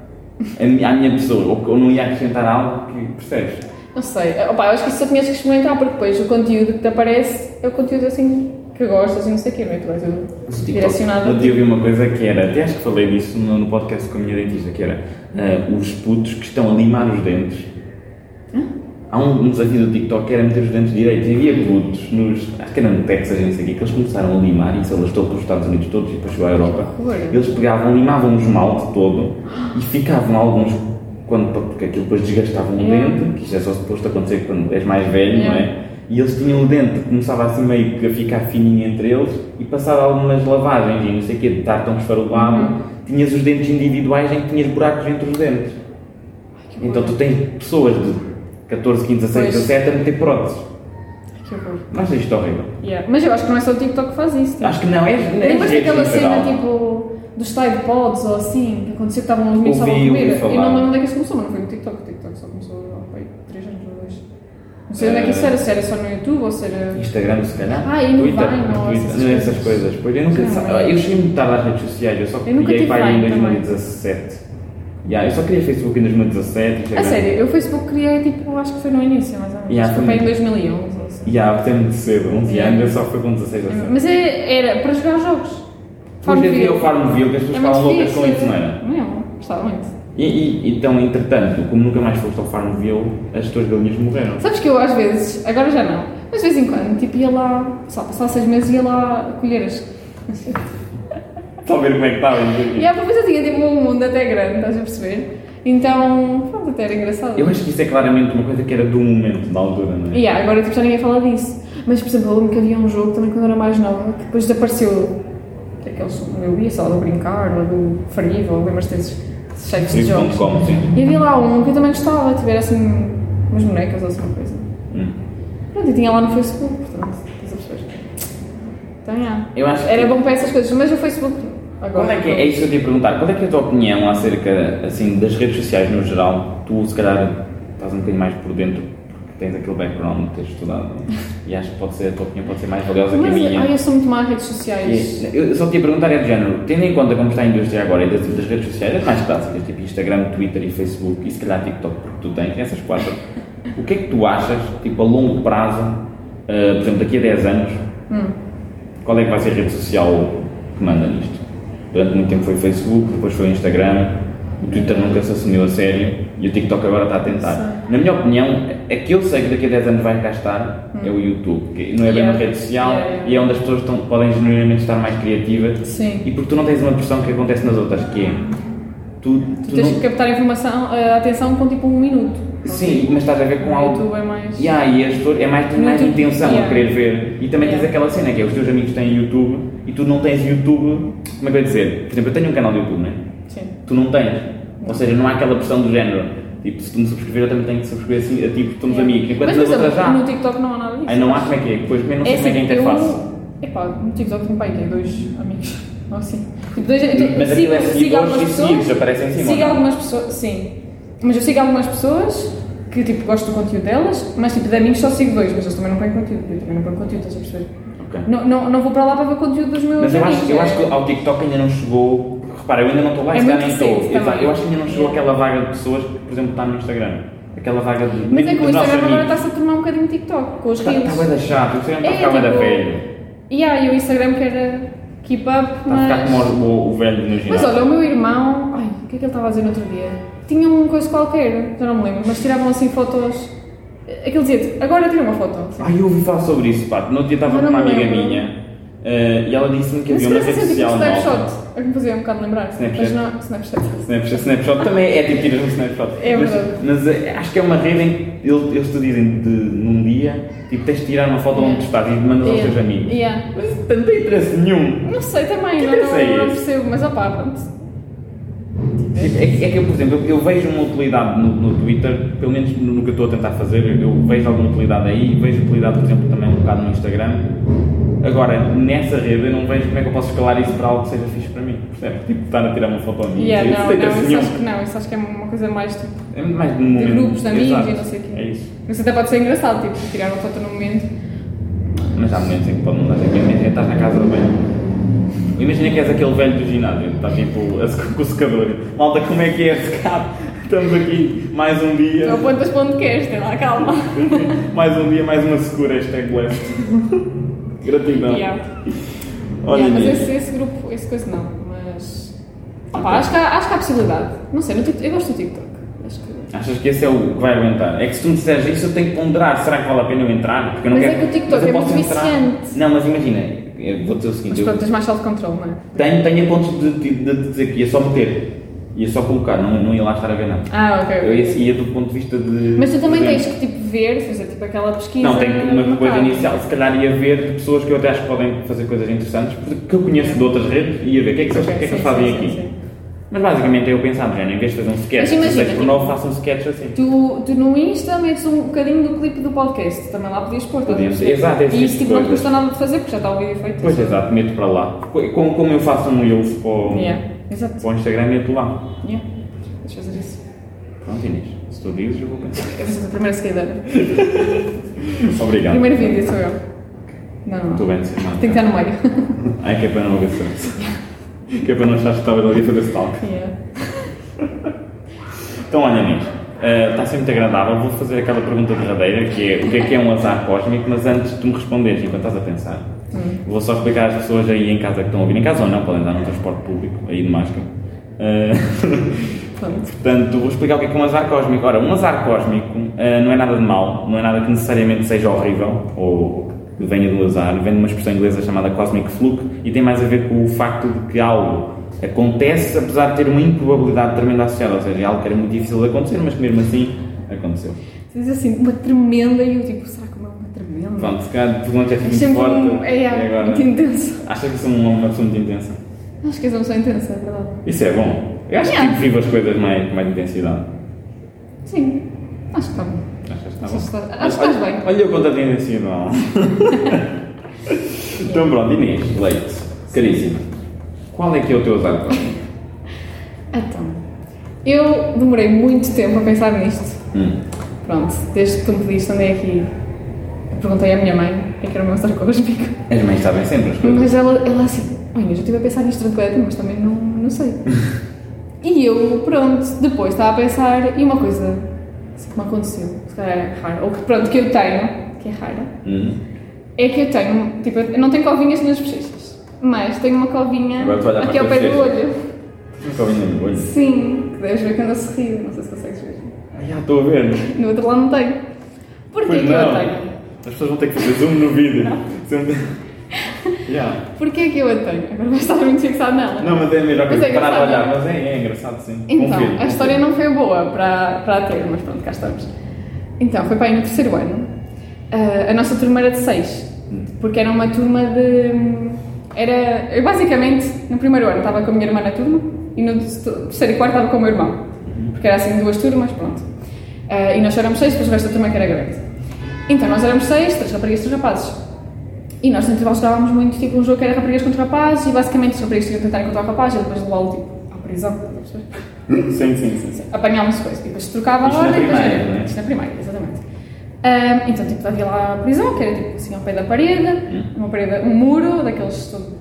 Speaker 1: a mi- à minha pessoa, ou, que- ou não ia acrescentar algo que percebes.
Speaker 2: Não sei, opa, eu acho que isso só tinhas que experimentar, porque depois o conteúdo que te aparece é o conteúdo assim que gostas e não sei o quê, não é? Tu és o direcionado.
Speaker 1: Eu te ouvi uma coisa que era, até acho que falei disso no, no podcast com a minha dentista, que era ah, os putos que estão a limar os dentes. Há um, um desafio do TikTok que era meter os dentes direitos. E havia putos, nos, acho que era no Texas, não sei o quê, que eles começaram a limar, e isso alastou pelos Estados Unidos todos e depois chegou à Europa.
Speaker 2: horror.
Speaker 1: Eles pegavam, limavam o esmalte todo e ficavam alguns, quando, porque aquilo depois desgastavam o
Speaker 2: Yeah.
Speaker 1: dente, que isto é só suposto acontecer quando és mais velho, não
Speaker 2: Yeah.
Speaker 1: é? E eles tinham o dente que começava assim meio que a ficar fininho entre eles e passava algumas lavagens e não sei o quê, de estar tão esfarolado,
Speaker 2: Uhum.
Speaker 1: tinhas os dentes individuais em que tinhas buracos entre os dentes.
Speaker 2: que
Speaker 1: então
Speaker 2: horror.
Speaker 1: tu tens pessoas de 14, 15, 16,
Speaker 2: Pois.
Speaker 1: 17 a meter próteses.
Speaker 2: Que horror.
Speaker 1: Não achas isto é horrível?
Speaker 2: Yeah. Mas eu acho que não é só o TikTok que faz isso.
Speaker 1: Acho que não, é,
Speaker 2: não
Speaker 1: é
Speaker 2: é? Lembras
Speaker 1: redes
Speaker 2: daquela
Speaker 1: em
Speaker 2: cena
Speaker 1: geral.
Speaker 2: tipo dos Tide Pods ou assim, que aconteceu que estavam os meninos
Speaker 1: Ouvi,
Speaker 2: estavam a
Speaker 1: ouvi
Speaker 2: comer? Eu
Speaker 1: falar.
Speaker 2: não lembro onde é que isso começou, mas não foi no TikTok. O TikTok só começou há pai, 3 anos ou 2. Não sei onde é que isso era, se era só no YouTube ou se era.
Speaker 1: Instagram, se calhar.
Speaker 2: Ah, e no
Speaker 1: Twitter,
Speaker 2: Vine, ou
Speaker 1: Twitter,
Speaker 2: essas
Speaker 1: não, é essas
Speaker 2: coisas.
Speaker 1: coisas. Pois eu nunca
Speaker 2: Não,
Speaker 1: sa-
Speaker 2: é.
Speaker 1: Eu cheguei muito tarde às redes sociais, eu só
Speaker 2: Eu nunca
Speaker 1: criei
Speaker 2: tive
Speaker 1: para em
Speaker 2: Vine também.
Speaker 1: 2017. Yeah, eu só criei Facebook em 2017.
Speaker 2: A
Speaker 1: Instagram.
Speaker 2: sério, eu Facebook criei tipo, acho que foi no início, mais ou menos.
Speaker 1: Yeah,
Speaker 2: acho que foi em
Speaker 1: também.
Speaker 2: 2011 ou assim.
Speaker 1: E há até muito cedo, 11
Speaker 2: Yeah.
Speaker 1: anos, eu só fui com 16 ou 17.
Speaker 2: Mas é- era para jogar jogos.
Speaker 1: Hoje em dia
Speaker 2: Farmville.
Speaker 1: o Farmville, que as
Speaker 2: É
Speaker 1: pessoas
Speaker 2: muito
Speaker 1: ficavam loucas
Speaker 2: fixe. é
Speaker 1: com isso, não era?
Speaker 2: Não, gostava muito.
Speaker 1: E, e- então, entretanto, como nunca mais foste ao Farmville, as tuas galinhas morreram.
Speaker 2: Sabes que eu às vezes, agora já não, mas de vez em quando, tipo, ia lá, só passar seis meses ia lá colher as.
Speaker 1: Estão a ver como é que
Speaker 2: E
Speaker 1: estava?
Speaker 2: a depois eu tinha tipo um mundo até grande, estás a perceber? Então, pronto, até era engraçado.
Speaker 1: Eu acho que isso é claramente uma coisa que era do momento, da altura, não é?
Speaker 2: E há, agora tipo, já ninguém fala disso. Mas, por exemplo, eu lembro que havia um jogo também quando eu era mais nova, que depois desapareceu. Que é aqueles, eu ia só do Brincar, ou do Fariva, ou lembras-te desses desses chefes de jogos.
Speaker 1: Free.com, sim.
Speaker 2: E havia lá um que eu também gostava, tiver assim umas bonecas ou assim uma coisa.
Speaker 1: Hum.
Speaker 2: Pronto, e tinha lá no Facebook, portanto, estás a perceber? Então, já.
Speaker 1: Eu acho que-
Speaker 2: Era bom para essas coisas, mas o Facebook. Agora,
Speaker 1: Qual é, que é, é isso que eu te ia perguntar. Qual é que é a tua opinião acerca assim, das redes sociais no geral? Tu, se calhar, estás um bocadinho mais por dentro porque tens aquele background de ter estudado e acho que pode ser, a tua opinião pode ser mais valiosa é que a
Speaker 2: Mas,
Speaker 1: minha.
Speaker 2: ai, eu sou muito má em redes sociais.
Speaker 1: E Eu só te ia perguntar é do género, tendo em conta como está a indústria agora e das, das redes sociais, as mais clássicas, tipo Instagram, Twitter e Facebook, e se calhar TikTok, porque tu tens essas quatro, o que é que tu achas, tipo, a longo prazo, eh,
Speaker 2: Hum,
Speaker 1: por exemplo, daqui a 10 anos, qual é que vai ser a rede social que manda nisto? Durante muito tempo foi Facebook, depois foi Instagram, o Twitter nunca se assumiu a sério e o TikTok agora está a tentar.
Speaker 2: Sim.
Speaker 1: Na minha opinião, a que eu sei que daqui a 10 anos vai cá estar é o YouTube, que não é bem
Speaker 2: Hum. Yeah.
Speaker 1: uma rede social
Speaker 2: Yeah.
Speaker 1: e é onde as pessoas estão- podem genuinamente estar mais criativas
Speaker 2: Sim.
Speaker 1: e porque tu não tens uma pressão que acontece nas outras, que é tu, tu
Speaker 2: Tu tens
Speaker 1: não-
Speaker 2: que captar a informação, a atenção com tipo um minuto.
Speaker 1: Sim, mas estás a ver com
Speaker 2: O
Speaker 1: algo
Speaker 2: YouTube é mais.
Speaker 1: E aí as pessoas, é mais, tem mais
Speaker 2: Muito-
Speaker 1: intenção a
Speaker 2: yeah.
Speaker 1: querer ver. E também tens
Speaker 2: Yeah.
Speaker 1: aquela cena que é os teus amigos têm YouTube e tu não tens YouTube. Como é que eu ia dizer? Por exemplo, eu tenho um canal de YouTube, né?
Speaker 2: Sim.
Speaker 1: Tu não tens. Ou seja, não há aquela pressão do género. Tipo, se tu me subscrever, eu também tenho que subscrever assim, a ti porque somos
Speaker 2: Yeah.
Speaker 1: amigos. Enquanto
Speaker 2: Mas,
Speaker 1: nas
Speaker 2: por
Speaker 1: outras
Speaker 2: exemplo,
Speaker 1: já.
Speaker 2: No TikTok não há nada disso.
Speaker 1: Aí não há como é que é. Depois também não sei
Speaker 2: é
Speaker 1: como é que é a
Speaker 2: assim,
Speaker 1: interface.
Speaker 2: eu... Epá, no TikTok tem pai, tem dois amigos. Ou assim. Tipo, dois... eu-
Speaker 1: Mas aquilo
Speaker 2: sigo,
Speaker 1: é
Speaker 2: sigo
Speaker 1: seguidores
Speaker 2: algumas
Speaker 1: e
Speaker 2: pessoas-
Speaker 1: seguidos, aparecem em cima,
Speaker 2: Sigo
Speaker 1: ou não? é?
Speaker 2: algumas pessoas, sim. Mas eu sigo algumas pessoas que tipo gosto do conteúdo delas, mas tipo de amigos só sigo dois, mas eles também não põem conteúdo. Eu também não ponho conteúdo, estás a perceber?
Speaker 1: Ok.
Speaker 2: Não, não, não vou para lá para ver conteúdo dos meus
Speaker 1: Mas eu
Speaker 2: amigos. né?
Speaker 1: acho, eu acho que ao TikTok ainda não chegou. Repara, eu ainda não estou lá,
Speaker 2: É
Speaker 1: se calhar nem
Speaker 2: muito
Speaker 1: estou.
Speaker 2: recente
Speaker 1: Exato,
Speaker 2: também.
Speaker 1: Eu acho que ainda não chegou
Speaker 2: Yeah.
Speaker 1: aquela vaga de pessoas que, por exemplo, está no Instagram. Aquela vaga de. tipo
Speaker 2: Mas é que o
Speaker 1: dos nossos
Speaker 2: Instagram agora
Speaker 1: amigos.
Speaker 2: está-se a tornar um bocadinho TikTok, com os
Speaker 1: Está
Speaker 2: reels.
Speaker 1: tá bué da chato, o Instagram está a
Speaker 2: É,
Speaker 1: ficar bué da
Speaker 2: tipo,
Speaker 1: velho.
Speaker 2: E aí o Instagram que era keep up,
Speaker 1: Está Tá a ficar
Speaker 2: mas...
Speaker 1: como o, o- o velho no
Speaker 2: Mas
Speaker 1: ginásio.
Speaker 2: olha, o meu irmão... Ai, o que é que ele estava a dizer no outro dia? Tinha um coisa qualquer, já não me lembro, mas tiravam assim fotos... Aquele dizia agora tira uma foto. assim.
Speaker 1: Ai, eu ouvi falar sobre isso, pá. No outro dia estava
Speaker 2: Eu
Speaker 1: com
Speaker 2: não
Speaker 1: uma
Speaker 2: me
Speaker 1: amiga
Speaker 2: lembro.
Speaker 1: minha eh, e ela disse-me que
Speaker 2: Mas
Speaker 1: havia uma
Speaker 2: parece
Speaker 1: rede
Speaker 2: assim,
Speaker 1: social
Speaker 2: tipo
Speaker 1: nova.
Speaker 2: snapshot. É que me fazia um bocado lembrar.
Speaker 1: Snapchat.
Speaker 2: Mas não, Snapchat.
Speaker 1: Snapchat, Snapshot também é tipo tiras um Snapshot.
Speaker 2: É
Speaker 1: mas,
Speaker 2: verdade.
Speaker 1: mas, eh, acho que é uma rede em que eles, eles te dizem de, num dia, tipo, tens de tirar uma foto onde tu estás e mandas aos teus
Speaker 2: Yeah.
Speaker 1: amigos.
Speaker 2: Yeah.
Speaker 1: Mas isso não tem interesse nenhum.
Speaker 2: Não sei também,
Speaker 1: Que
Speaker 2: não,
Speaker 1: interesse
Speaker 2: não,
Speaker 1: é
Speaker 2: não
Speaker 1: esse?
Speaker 2: percebo, mas opá, pronto.
Speaker 1: É, que- é que eu, por exemplo, eu, eu vejo uma utilidade no, no Twitter, pelo menos no, no que eu estou a tentar fazer, eu, eu vejo alguma utilidade aí e vejo utilidade, por exemplo, também um bocado no Instagram. Agora, nessa rede, eu não vejo como é que eu posso escalar isso para algo que seja fixe para mim, percebes? Tipo, estar a tirar uma foto a mim.
Speaker 2: Yeah,
Speaker 1: isso
Speaker 2: não,
Speaker 1: tem
Speaker 2: não,
Speaker 1: interesse
Speaker 2: isso
Speaker 1: nenhum.
Speaker 2: acho que não. Isso acho que é uma coisa mais tipo...
Speaker 1: É muito mais de um momento.
Speaker 2: grupos de amigos
Speaker 1: Exato.
Speaker 2: e não sei o quê.
Speaker 1: É isso.
Speaker 2: Isso até pode ser engraçado, tipo, tirar uma foto num momento.
Speaker 1: Mas há momentos em que pode mudar. Tipo, Imagina, estás na casa do velho. Imagina que és aquele velho do ginásio, está tipo a se- com o secador. Malta, como é que é secado? Estamos aqui mais um dia.
Speaker 2: Tu apontas para onde queres, tem lá, calma.
Speaker 1: Mais um dia, mais uma segura, hashtag left. Gratidão.
Speaker 2: Yeah.
Speaker 1: Olha,
Speaker 2: Yeah, mas
Speaker 1: Inês,
Speaker 2: esse, esse grupo, esse coisa não, mas. Opá, acho, que há, acho que há possibilidade. Não sei, no TikTok- eu gosto do TikTok. Acho que.
Speaker 1: achas que esse é o que vai aguentar? É que se tu me disseres isso, eu tenho que ponderar. Será que vale a pena eu entrar? Porque eu não
Speaker 2: Mas é
Speaker 1: quero...
Speaker 2: que o TikTok
Speaker 1: mas eu
Speaker 2: é
Speaker 1: posso
Speaker 2: muito
Speaker 1: entrar.
Speaker 2: viciante.
Speaker 1: Não, mas imagina, eu vou dizer o
Speaker 2: Mas
Speaker 1: seguinte:
Speaker 2: pronto,
Speaker 1: eu
Speaker 2: tens mais self-control, não é?
Speaker 1: tenho, tenho a pontos de, de, de dizer que ia só meter, ia só colocar, não, não ia lá estar a ver nada.
Speaker 2: Ah, ok.
Speaker 1: Eu ia, ia do ponto de vista de.
Speaker 2: Mas tu também
Speaker 1: de-
Speaker 2: tens que tipo, ver, fazer tipo aquela pesquisa.
Speaker 1: Não, tem uma
Speaker 2: no
Speaker 1: coisa
Speaker 2: mercado.
Speaker 1: inicial. Se calhar ia ver de pessoas que eu até acho que podem fazer coisas interessantes, porque que eu conheço de outras redes, ia ver o que é que, eles- o que, é que
Speaker 2: Sim,
Speaker 1: eles fazem
Speaker 2: sim,
Speaker 1: aqui.
Speaker 2: sim, sim.
Speaker 1: Mas basicamente é eu pensava, já em vez de fazer um sketch,
Speaker 2: Mas
Speaker 1: se
Speaker 2: imagina,
Speaker 1: seis por
Speaker 2: tipo-
Speaker 1: 9 faça um sketch assim.
Speaker 2: Tu, tu no Insta metes um bocadinho do clipe do podcast, também lá podias pôr. estás a
Speaker 1: Podíamos,
Speaker 2: perceber?
Speaker 1: exato, é esse
Speaker 2: E
Speaker 1: tipo
Speaker 2: isso
Speaker 1: de
Speaker 2: tipo, não te
Speaker 1: coisas.
Speaker 2: custa nada de fazer, porque já está o vídeo feito.
Speaker 1: Pois exato, meto para lá. Como, como eu faço um Reels para, o-
Speaker 2: Yeah, exato.
Speaker 1: para o Instagram, meto lá.
Speaker 2: Yeah. Deixa eu fazer isso.
Speaker 1: Pronto, Inês, se tu dizes, eu vou pensar.
Speaker 2: Eu sou a primeira seguidora.
Speaker 1: Obrigado.
Speaker 2: Primeiro vídeo sou eu. Não, não.
Speaker 1: Muito bem, Simão.
Speaker 2: Tem que estar no meio.
Speaker 1: Ai, que é para não agradecer. que é para não achar que estava ali a fazer stalk.
Speaker 2: Yeah.
Speaker 1: Então, olha, Inês, eh, está a ser muito agradável. Vou fazer aquela pergunta derradeira que é o que é que é um azar cósmico, mas antes de tu me responderes, enquanto estás a pensar,
Speaker 2: Hum,
Speaker 1: vou só explicar às pessoas aí em casa que estão a ouvir, em casa ou não, podem andar no transporte público, aí de máscara. Eh,
Speaker 2: Pronto.
Speaker 1: portanto, vou explicar o que é que é um azar cósmico. Ora, um azar cósmico eh, não é nada de mal, não é nada que necessariamente seja horrível ou que venha do azar, vem de uma expressão inglesa chamada cosmic fluke e tem mais a ver com o facto de que algo acontece apesar de ter uma improbabilidade tremenda associada, ou seja, é algo que era muito difícil de acontecer, mas que mesmo assim aconteceu.
Speaker 2: Tu dizes assim, uma tremenda, e eu tipo, será que o meu é uma tremenda?
Speaker 1: Pronto, se calhar pergunta é
Speaker 2: É
Speaker 1: muito
Speaker 2: sempre
Speaker 1: forte.
Speaker 2: um, é,
Speaker 1: e
Speaker 2: é,
Speaker 1: agora-
Speaker 2: muito intenso.
Speaker 1: Achas que sou um, uma pessoa muito intensa?
Speaker 2: Acho que és uma pessoa intensa, é verdade.
Speaker 1: Isso é bom. Eu acho que
Speaker 2: Yeah.
Speaker 1: tipo, vivo as coisas mais, com mais intensidade.
Speaker 2: Sim, acho que está bom.
Speaker 1: Achas que está
Speaker 2: Acho que
Speaker 1: bom?
Speaker 2: está- acho que estás
Speaker 1: Olha-
Speaker 2: bem.
Speaker 1: Olha quanto a tendência não. então pronto, Inês, leite. Caríssima. Qual é que é o teu azar?
Speaker 2: Então, eu demorei muito tempo a pensar nisto.
Speaker 1: hum.
Speaker 2: Pronto, desde que tu me pediste, andei aqui. Perguntei à minha mãe o que é que era o meu sarcóspico.
Speaker 1: As mães sabem sempre as coisas.
Speaker 2: Mas ela, ela assim, olha, eu já estive a pensar nisto durante bué de tempo, mas também não, não sei. e eu, pronto, depois estava a pensar e uma coisa assim, que me aconteceu, se calhar é rara, ou que pronto, que eu tenho, que é rara,
Speaker 1: Hum.
Speaker 2: é que eu tenho, tipo, eu não tenho covinhas nas bochechas. Mas tenho uma covinha
Speaker 1: Agora estou a olhar
Speaker 2: aqui
Speaker 1: para
Speaker 2: ao
Speaker 1: todos
Speaker 2: pé do
Speaker 1: estes.
Speaker 2: olho.
Speaker 1: Nunca ouvi nenhum olho.
Speaker 2: Sim, que deves ver quando eu sorrio, não sei se consegues ver.
Speaker 1: Ai, já estou a ver.
Speaker 2: No outro lado não tenho. Porquê
Speaker 1: Pois
Speaker 2: que eu
Speaker 1: não.
Speaker 2: a tenho?
Speaker 1: As pessoas vão ter que fazer zoom no vídeo. Sempre... Yeah.
Speaker 2: Porquê que eu a tenho? Agora vais estar muito fixado nela.
Speaker 1: Não, mas é melhor que
Speaker 2: Mas é
Speaker 1: parar de olhar.
Speaker 2: engraçado.
Speaker 1: Mas é, é engraçado, sim.
Speaker 2: Então,
Speaker 1: Confio,
Speaker 2: a
Speaker 1: confio.
Speaker 2: história não foi boa para, para a ter, mas pronto, cá estamos. Então, foi para aí no terceiro ano. Ah, a nossa turma era de seis, porque era uma turma de. Era. Eu basicamente, no primeiro ano, estava com a minha irmã na turma e no te- terceiro e quarto estava com o meu irmão, porque era assim duas turmas, pronto. Ah, e nós éramos seis, depois o resto da turma que era grande. Então, nós éramos seis, três raparigas e três rapazes. E nós no intervalo jogávamos muito tipo um jogo que era raparigas contra rapazes e basicamente as raparigas tinham que tentar encontrar o rapaz e ele depois levá-lo tipo à prisão. estás a perceber?
Speaker 1: Sim, sim, sim. sim.
Speaker 2: apanhámos coisas. E depois se trocava
Speaker 1: Isto
Speaker 2: a hora
Speaker 1: na
Speaker 2: e depois
Speaker 1: primária,
Speaker 2: era.
Speaker 1: não é?
Speaker 2: Isto na primária, exatamente. Ahm, então, tipo, havia lá a prisão, que era tipo assim ao pé da parede,
Speaker 1: Hum.
Speaker 2: uma parede, um muro, daqueles todo.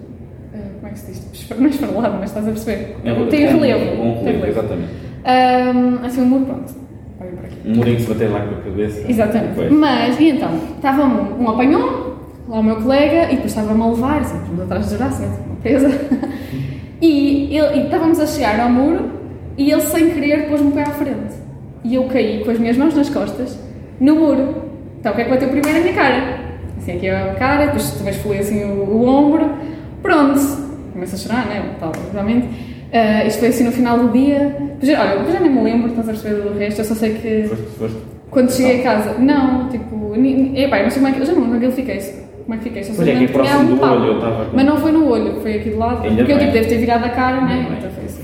Speaker 2: ah, como é que se diz? Tipo, esfer- Não é esfarelado, mas estás a perceber? tem
Speaker 1: um-
Speaker 2: relevo.
Speaker 1: Um
Speaker 2: tem
Speaker 1: relevo, exatamente.
Speaker 2: Ahm, assim, um muro, pronto. Olhem para aqui.
Speaker 1: Um murinho que se bater lá com a cabeça.
Speaker 2: Exatamente.
Speaker 1: Pois.
Speaker 2: Mas, e então, estava um, um apanhou, lá o meu colega, e depois estava-me a levar, assim, nos atrás do braço, né, uma presa. E, ele, e estávamos a chegar ao muro, e ele sem querer pôs-me o pé à frente. E eu caí com as minhas mãos nas costas, no muro. Então, o que é que bateu primeiro na minha cara? Assim, aqui a cara, depois também esfolei assim o, o ombro. Pronto. Começo a chorar, né? Tal, obviamente. Ah, isto foi assim no final do dia. Depois, olha, depois já nem me lembro, estás a perceber do resto, eu só sei que...
Speaker 1: Foste, foste.
Speaker 2: Quando cheguei a casa, não, tipo, ni- ni- epá, eu não sei como é que, eu já não lembro como é que eu fiquei, como é que fiquei, só sei
Speaker 1: Pois é, que é
Speaker 2: lembro tinha
Speaker 1: próximo
Speaker 2: algum
Speaker 1: do
Speaker 2: um pau.
Speaker 1: olho, eu estava com-
Speaker 2: Mas não foi no olho, foi aqui de lado,
Speaker 1: Ainda
Speaker 2: porque eu
Speaker 1: bem.
Speaker 2: tipo, devo ter virado a cara, né?
Speaker 1: Ainda bem.
Speaker 2: Então foi assim.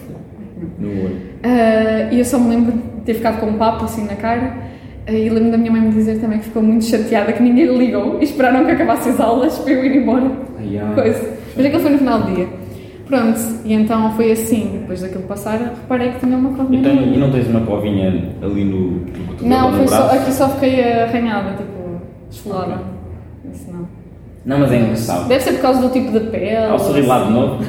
Speaker 1: No olho.
Speaker 2: Ah, E eu só me lembro de ter ficado com um papo assim na cara, Ah, e lembro da minha mãe me dizer também que ficou muito chateada que ninguém lhe ligou e esperaram que acabassem as aulas para eu ir embora
Speaker 1: Ai, ai.
Speaker 2: coisa. Mas aquilo foi no final do dia. Pronto, e então foi assim, depois daquilo passar, reparei que tinha uma cobrinha.
Speaker 1: Então, e não tens uma covinha ali no, no cotovelo ou
Speaker 2: Não,
Speaker 1: no
Speaker 2: foi só,
Speaker 1: braço?
Speaker 2: aqui só fiquei arranhada, tipo, esfolada. Isso não.
Speaker 1: Não, mas é engraçado.
Speaker 2: Deve ser por causa do tipo de pele.
Speaker 1: Ao sorrir lá de novo.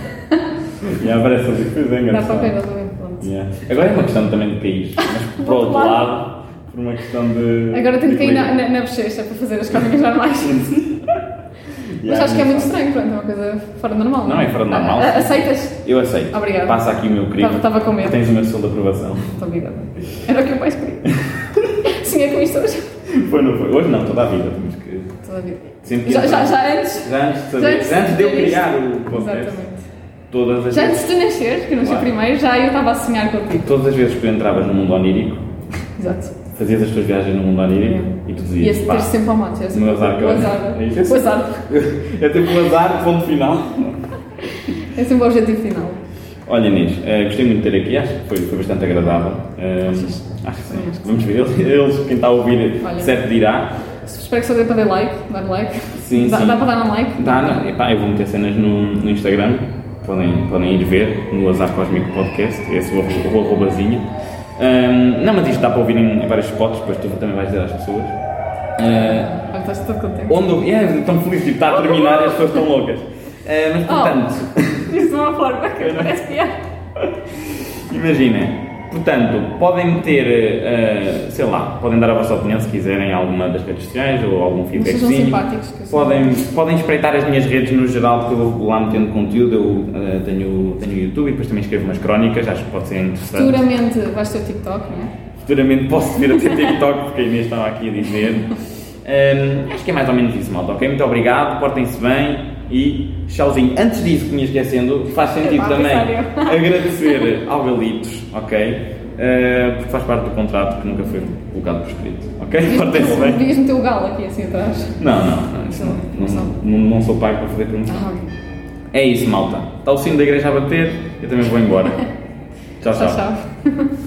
Speaker 1: E aparece ali, pois é
Speaker 2: Dá
Speaker 1: engraçado.
Speaker 2: para pegar também, pronto.
Speaker 1: Yeah. Agora é uma questão também de país, mas por
Speaker 2: Do
Speaker 1: outro
Speaker 2: outro
Speaker 1: lado, por uma questão de.
Speaker 2: Agora tenho
Speaker 1: de
Speaker 2: que cair na,
Speaker 1: equilíbrio.
Speaker 2: na, na bochecha para fazer as cópicas normais. Mas
Speaker 1: Yeah,
Speaker 2: acho que é muito
Speaker 1: engraçado.
Speaker 2: estranho, pronto, é uma coisa fora do normal.
Speaker 1: Não, é fora do
Speaker 2: A-
Speaker 1: normal.
Speaker 2: a- aceitas?
Speaker 1: Eu aceito.
Speaker 2: Obrigada.
Speaker 1: Passa aqui o meu querido.
Speaker 2: Tava- tava com medo.
Speaker 1: Tens o meu selo de aprovação.
Speaker 2: Muito obrigada. Era o que eu mais queria. Sonhei com isto hoje.
Speaker 1: Foi, não foi? Hoje não, toda a vida. Temos que.
Speaker 2: Toda a vida.
Speaker 1: Sempre que
Speaker 2: Já, já,
Speaker 1: entra-
Speaker 2: já antes.
Speaker 1: Já antes de
Speaker 2: já
Speaker 1: saber.
Speaker 2: antes
Speaker 1: Já antes de eu
Speaker 2: de-
Speaker 1: criar o podcast,
Speaker 2: Exatamente.
Speaker 1: todas as
Speaker 2: Já
Speaker 1: vezes.
Speaker 2: antes de tu nasceres, que eu nasci
Speaker 1: Claro.
Speaker 2: primeiro, já eu estava a sonhar contigo.
Speaker 1: Todas as vezes que tu entravas no mundo onírico,
Speaker 2: Exato.
Speaker 1: fazias as tuas viagens no mundo onírico e tu
Speaker 2: E
Speaker 1: dizias.
Speaker 2: esse
Speaker 1: pá,
Speaker 2: ter sempre ao mato.
Speaker 1: No azar que
Speaker 2: O
Speaker 1: eu-
Speaker 2: azar.
Speaker 1: É isso?
Speaker 2: O azar.
Speaker 1: É tipo um azar, ponto final.
Speaker 2: É sempre o objetivo final.
Speaker 1: Olha Inês, eh, gostei muito de ter aqui, acho que foi, foi bastante agradável. Eh,
Speaker 2: Achas?
Speaker 1: acho que sim,
Speaker 2: Sim, acho que
Speaker 1: vamos ver. Eles, eles, quem está a ouvir,
Speaker 2: Olha.
Speaker 1: certo dirá.
Speaker 2: Espero que só dê para dar like. Dar like.
Speaker 1: Sim,
Speaker 2: dá,
Speaker 1: sim.
Speaker 2: dá para dar um like?
Speaker 1: Dá, não, epá, eu vou meter cenas no, no Instagram, podem, podem ir ver, no Azar Cósmico Podcast, esse o, arro- o arrobazinho. Ahm, não, mas isto dá para ouvir em, em vários spots, depois tu também vais dizer às pessoas. Eh,
Speaker 2: Olha, estás todo contente.
Speaker 1: onde eu. É, tão feliz, tipo, está a terminar e as pessoas estão loucas. Eh,
Speaker 2: Oh.
Speaker 1: mas portanto.
Speaker 2: Diz de é uma forma que é. parece piada.
Speaker 1: Imaginem. Portanto, podem meter, eh, sei lá, podem dar a vossa opinião se quiserem alguma das redes sociais ou algum
Speaker 2: sejam
Speaker 1: feedbackzinho.
Speaker 2: simpáticos, que eu sou-
Speaker 1: Podem, podem espreitar as minhas redes no geral, porque eu vou lá metendo conteúdo. Eu eh, tenho, tenho YouTube e depois também escrevo umas crónicas, acho que pode ser interessante.
Speaker 2: Futuramente vais ter o TikTok, não é?
Speaker 1: Futuramente posso vir a ter TikTok, porque a Inês estava aqui a dizer. Ahm, acho que é mais ou menos isso, malta, ok? Muito obrigado, portem-se bem e tchauzinho. Antes disso, que me ia esquecendo, faz sentido
Speaker 2: Ah,
Speaker 1: também
Speaker 2: sério?
Speaker 1: agradecer ao Galitos, ok? Ah, porque faz parte do contrato que nunca foi colocado por escrito, ok? Portem-se bem.
Speaker 2: Devias meter o galo aqui assim atrás.
Speaker 1: Não, não, não, isso não, não, não, não sou pai para fazer promoção.
Speaker 2: Ah, ok.
Speaker 1: É isso, malta. Está o sino da igreja a bater, eu também vou embora. tchau.
Speaker 2: Tchau,
Speaker 1: tchau.
Speaker 2: tchau.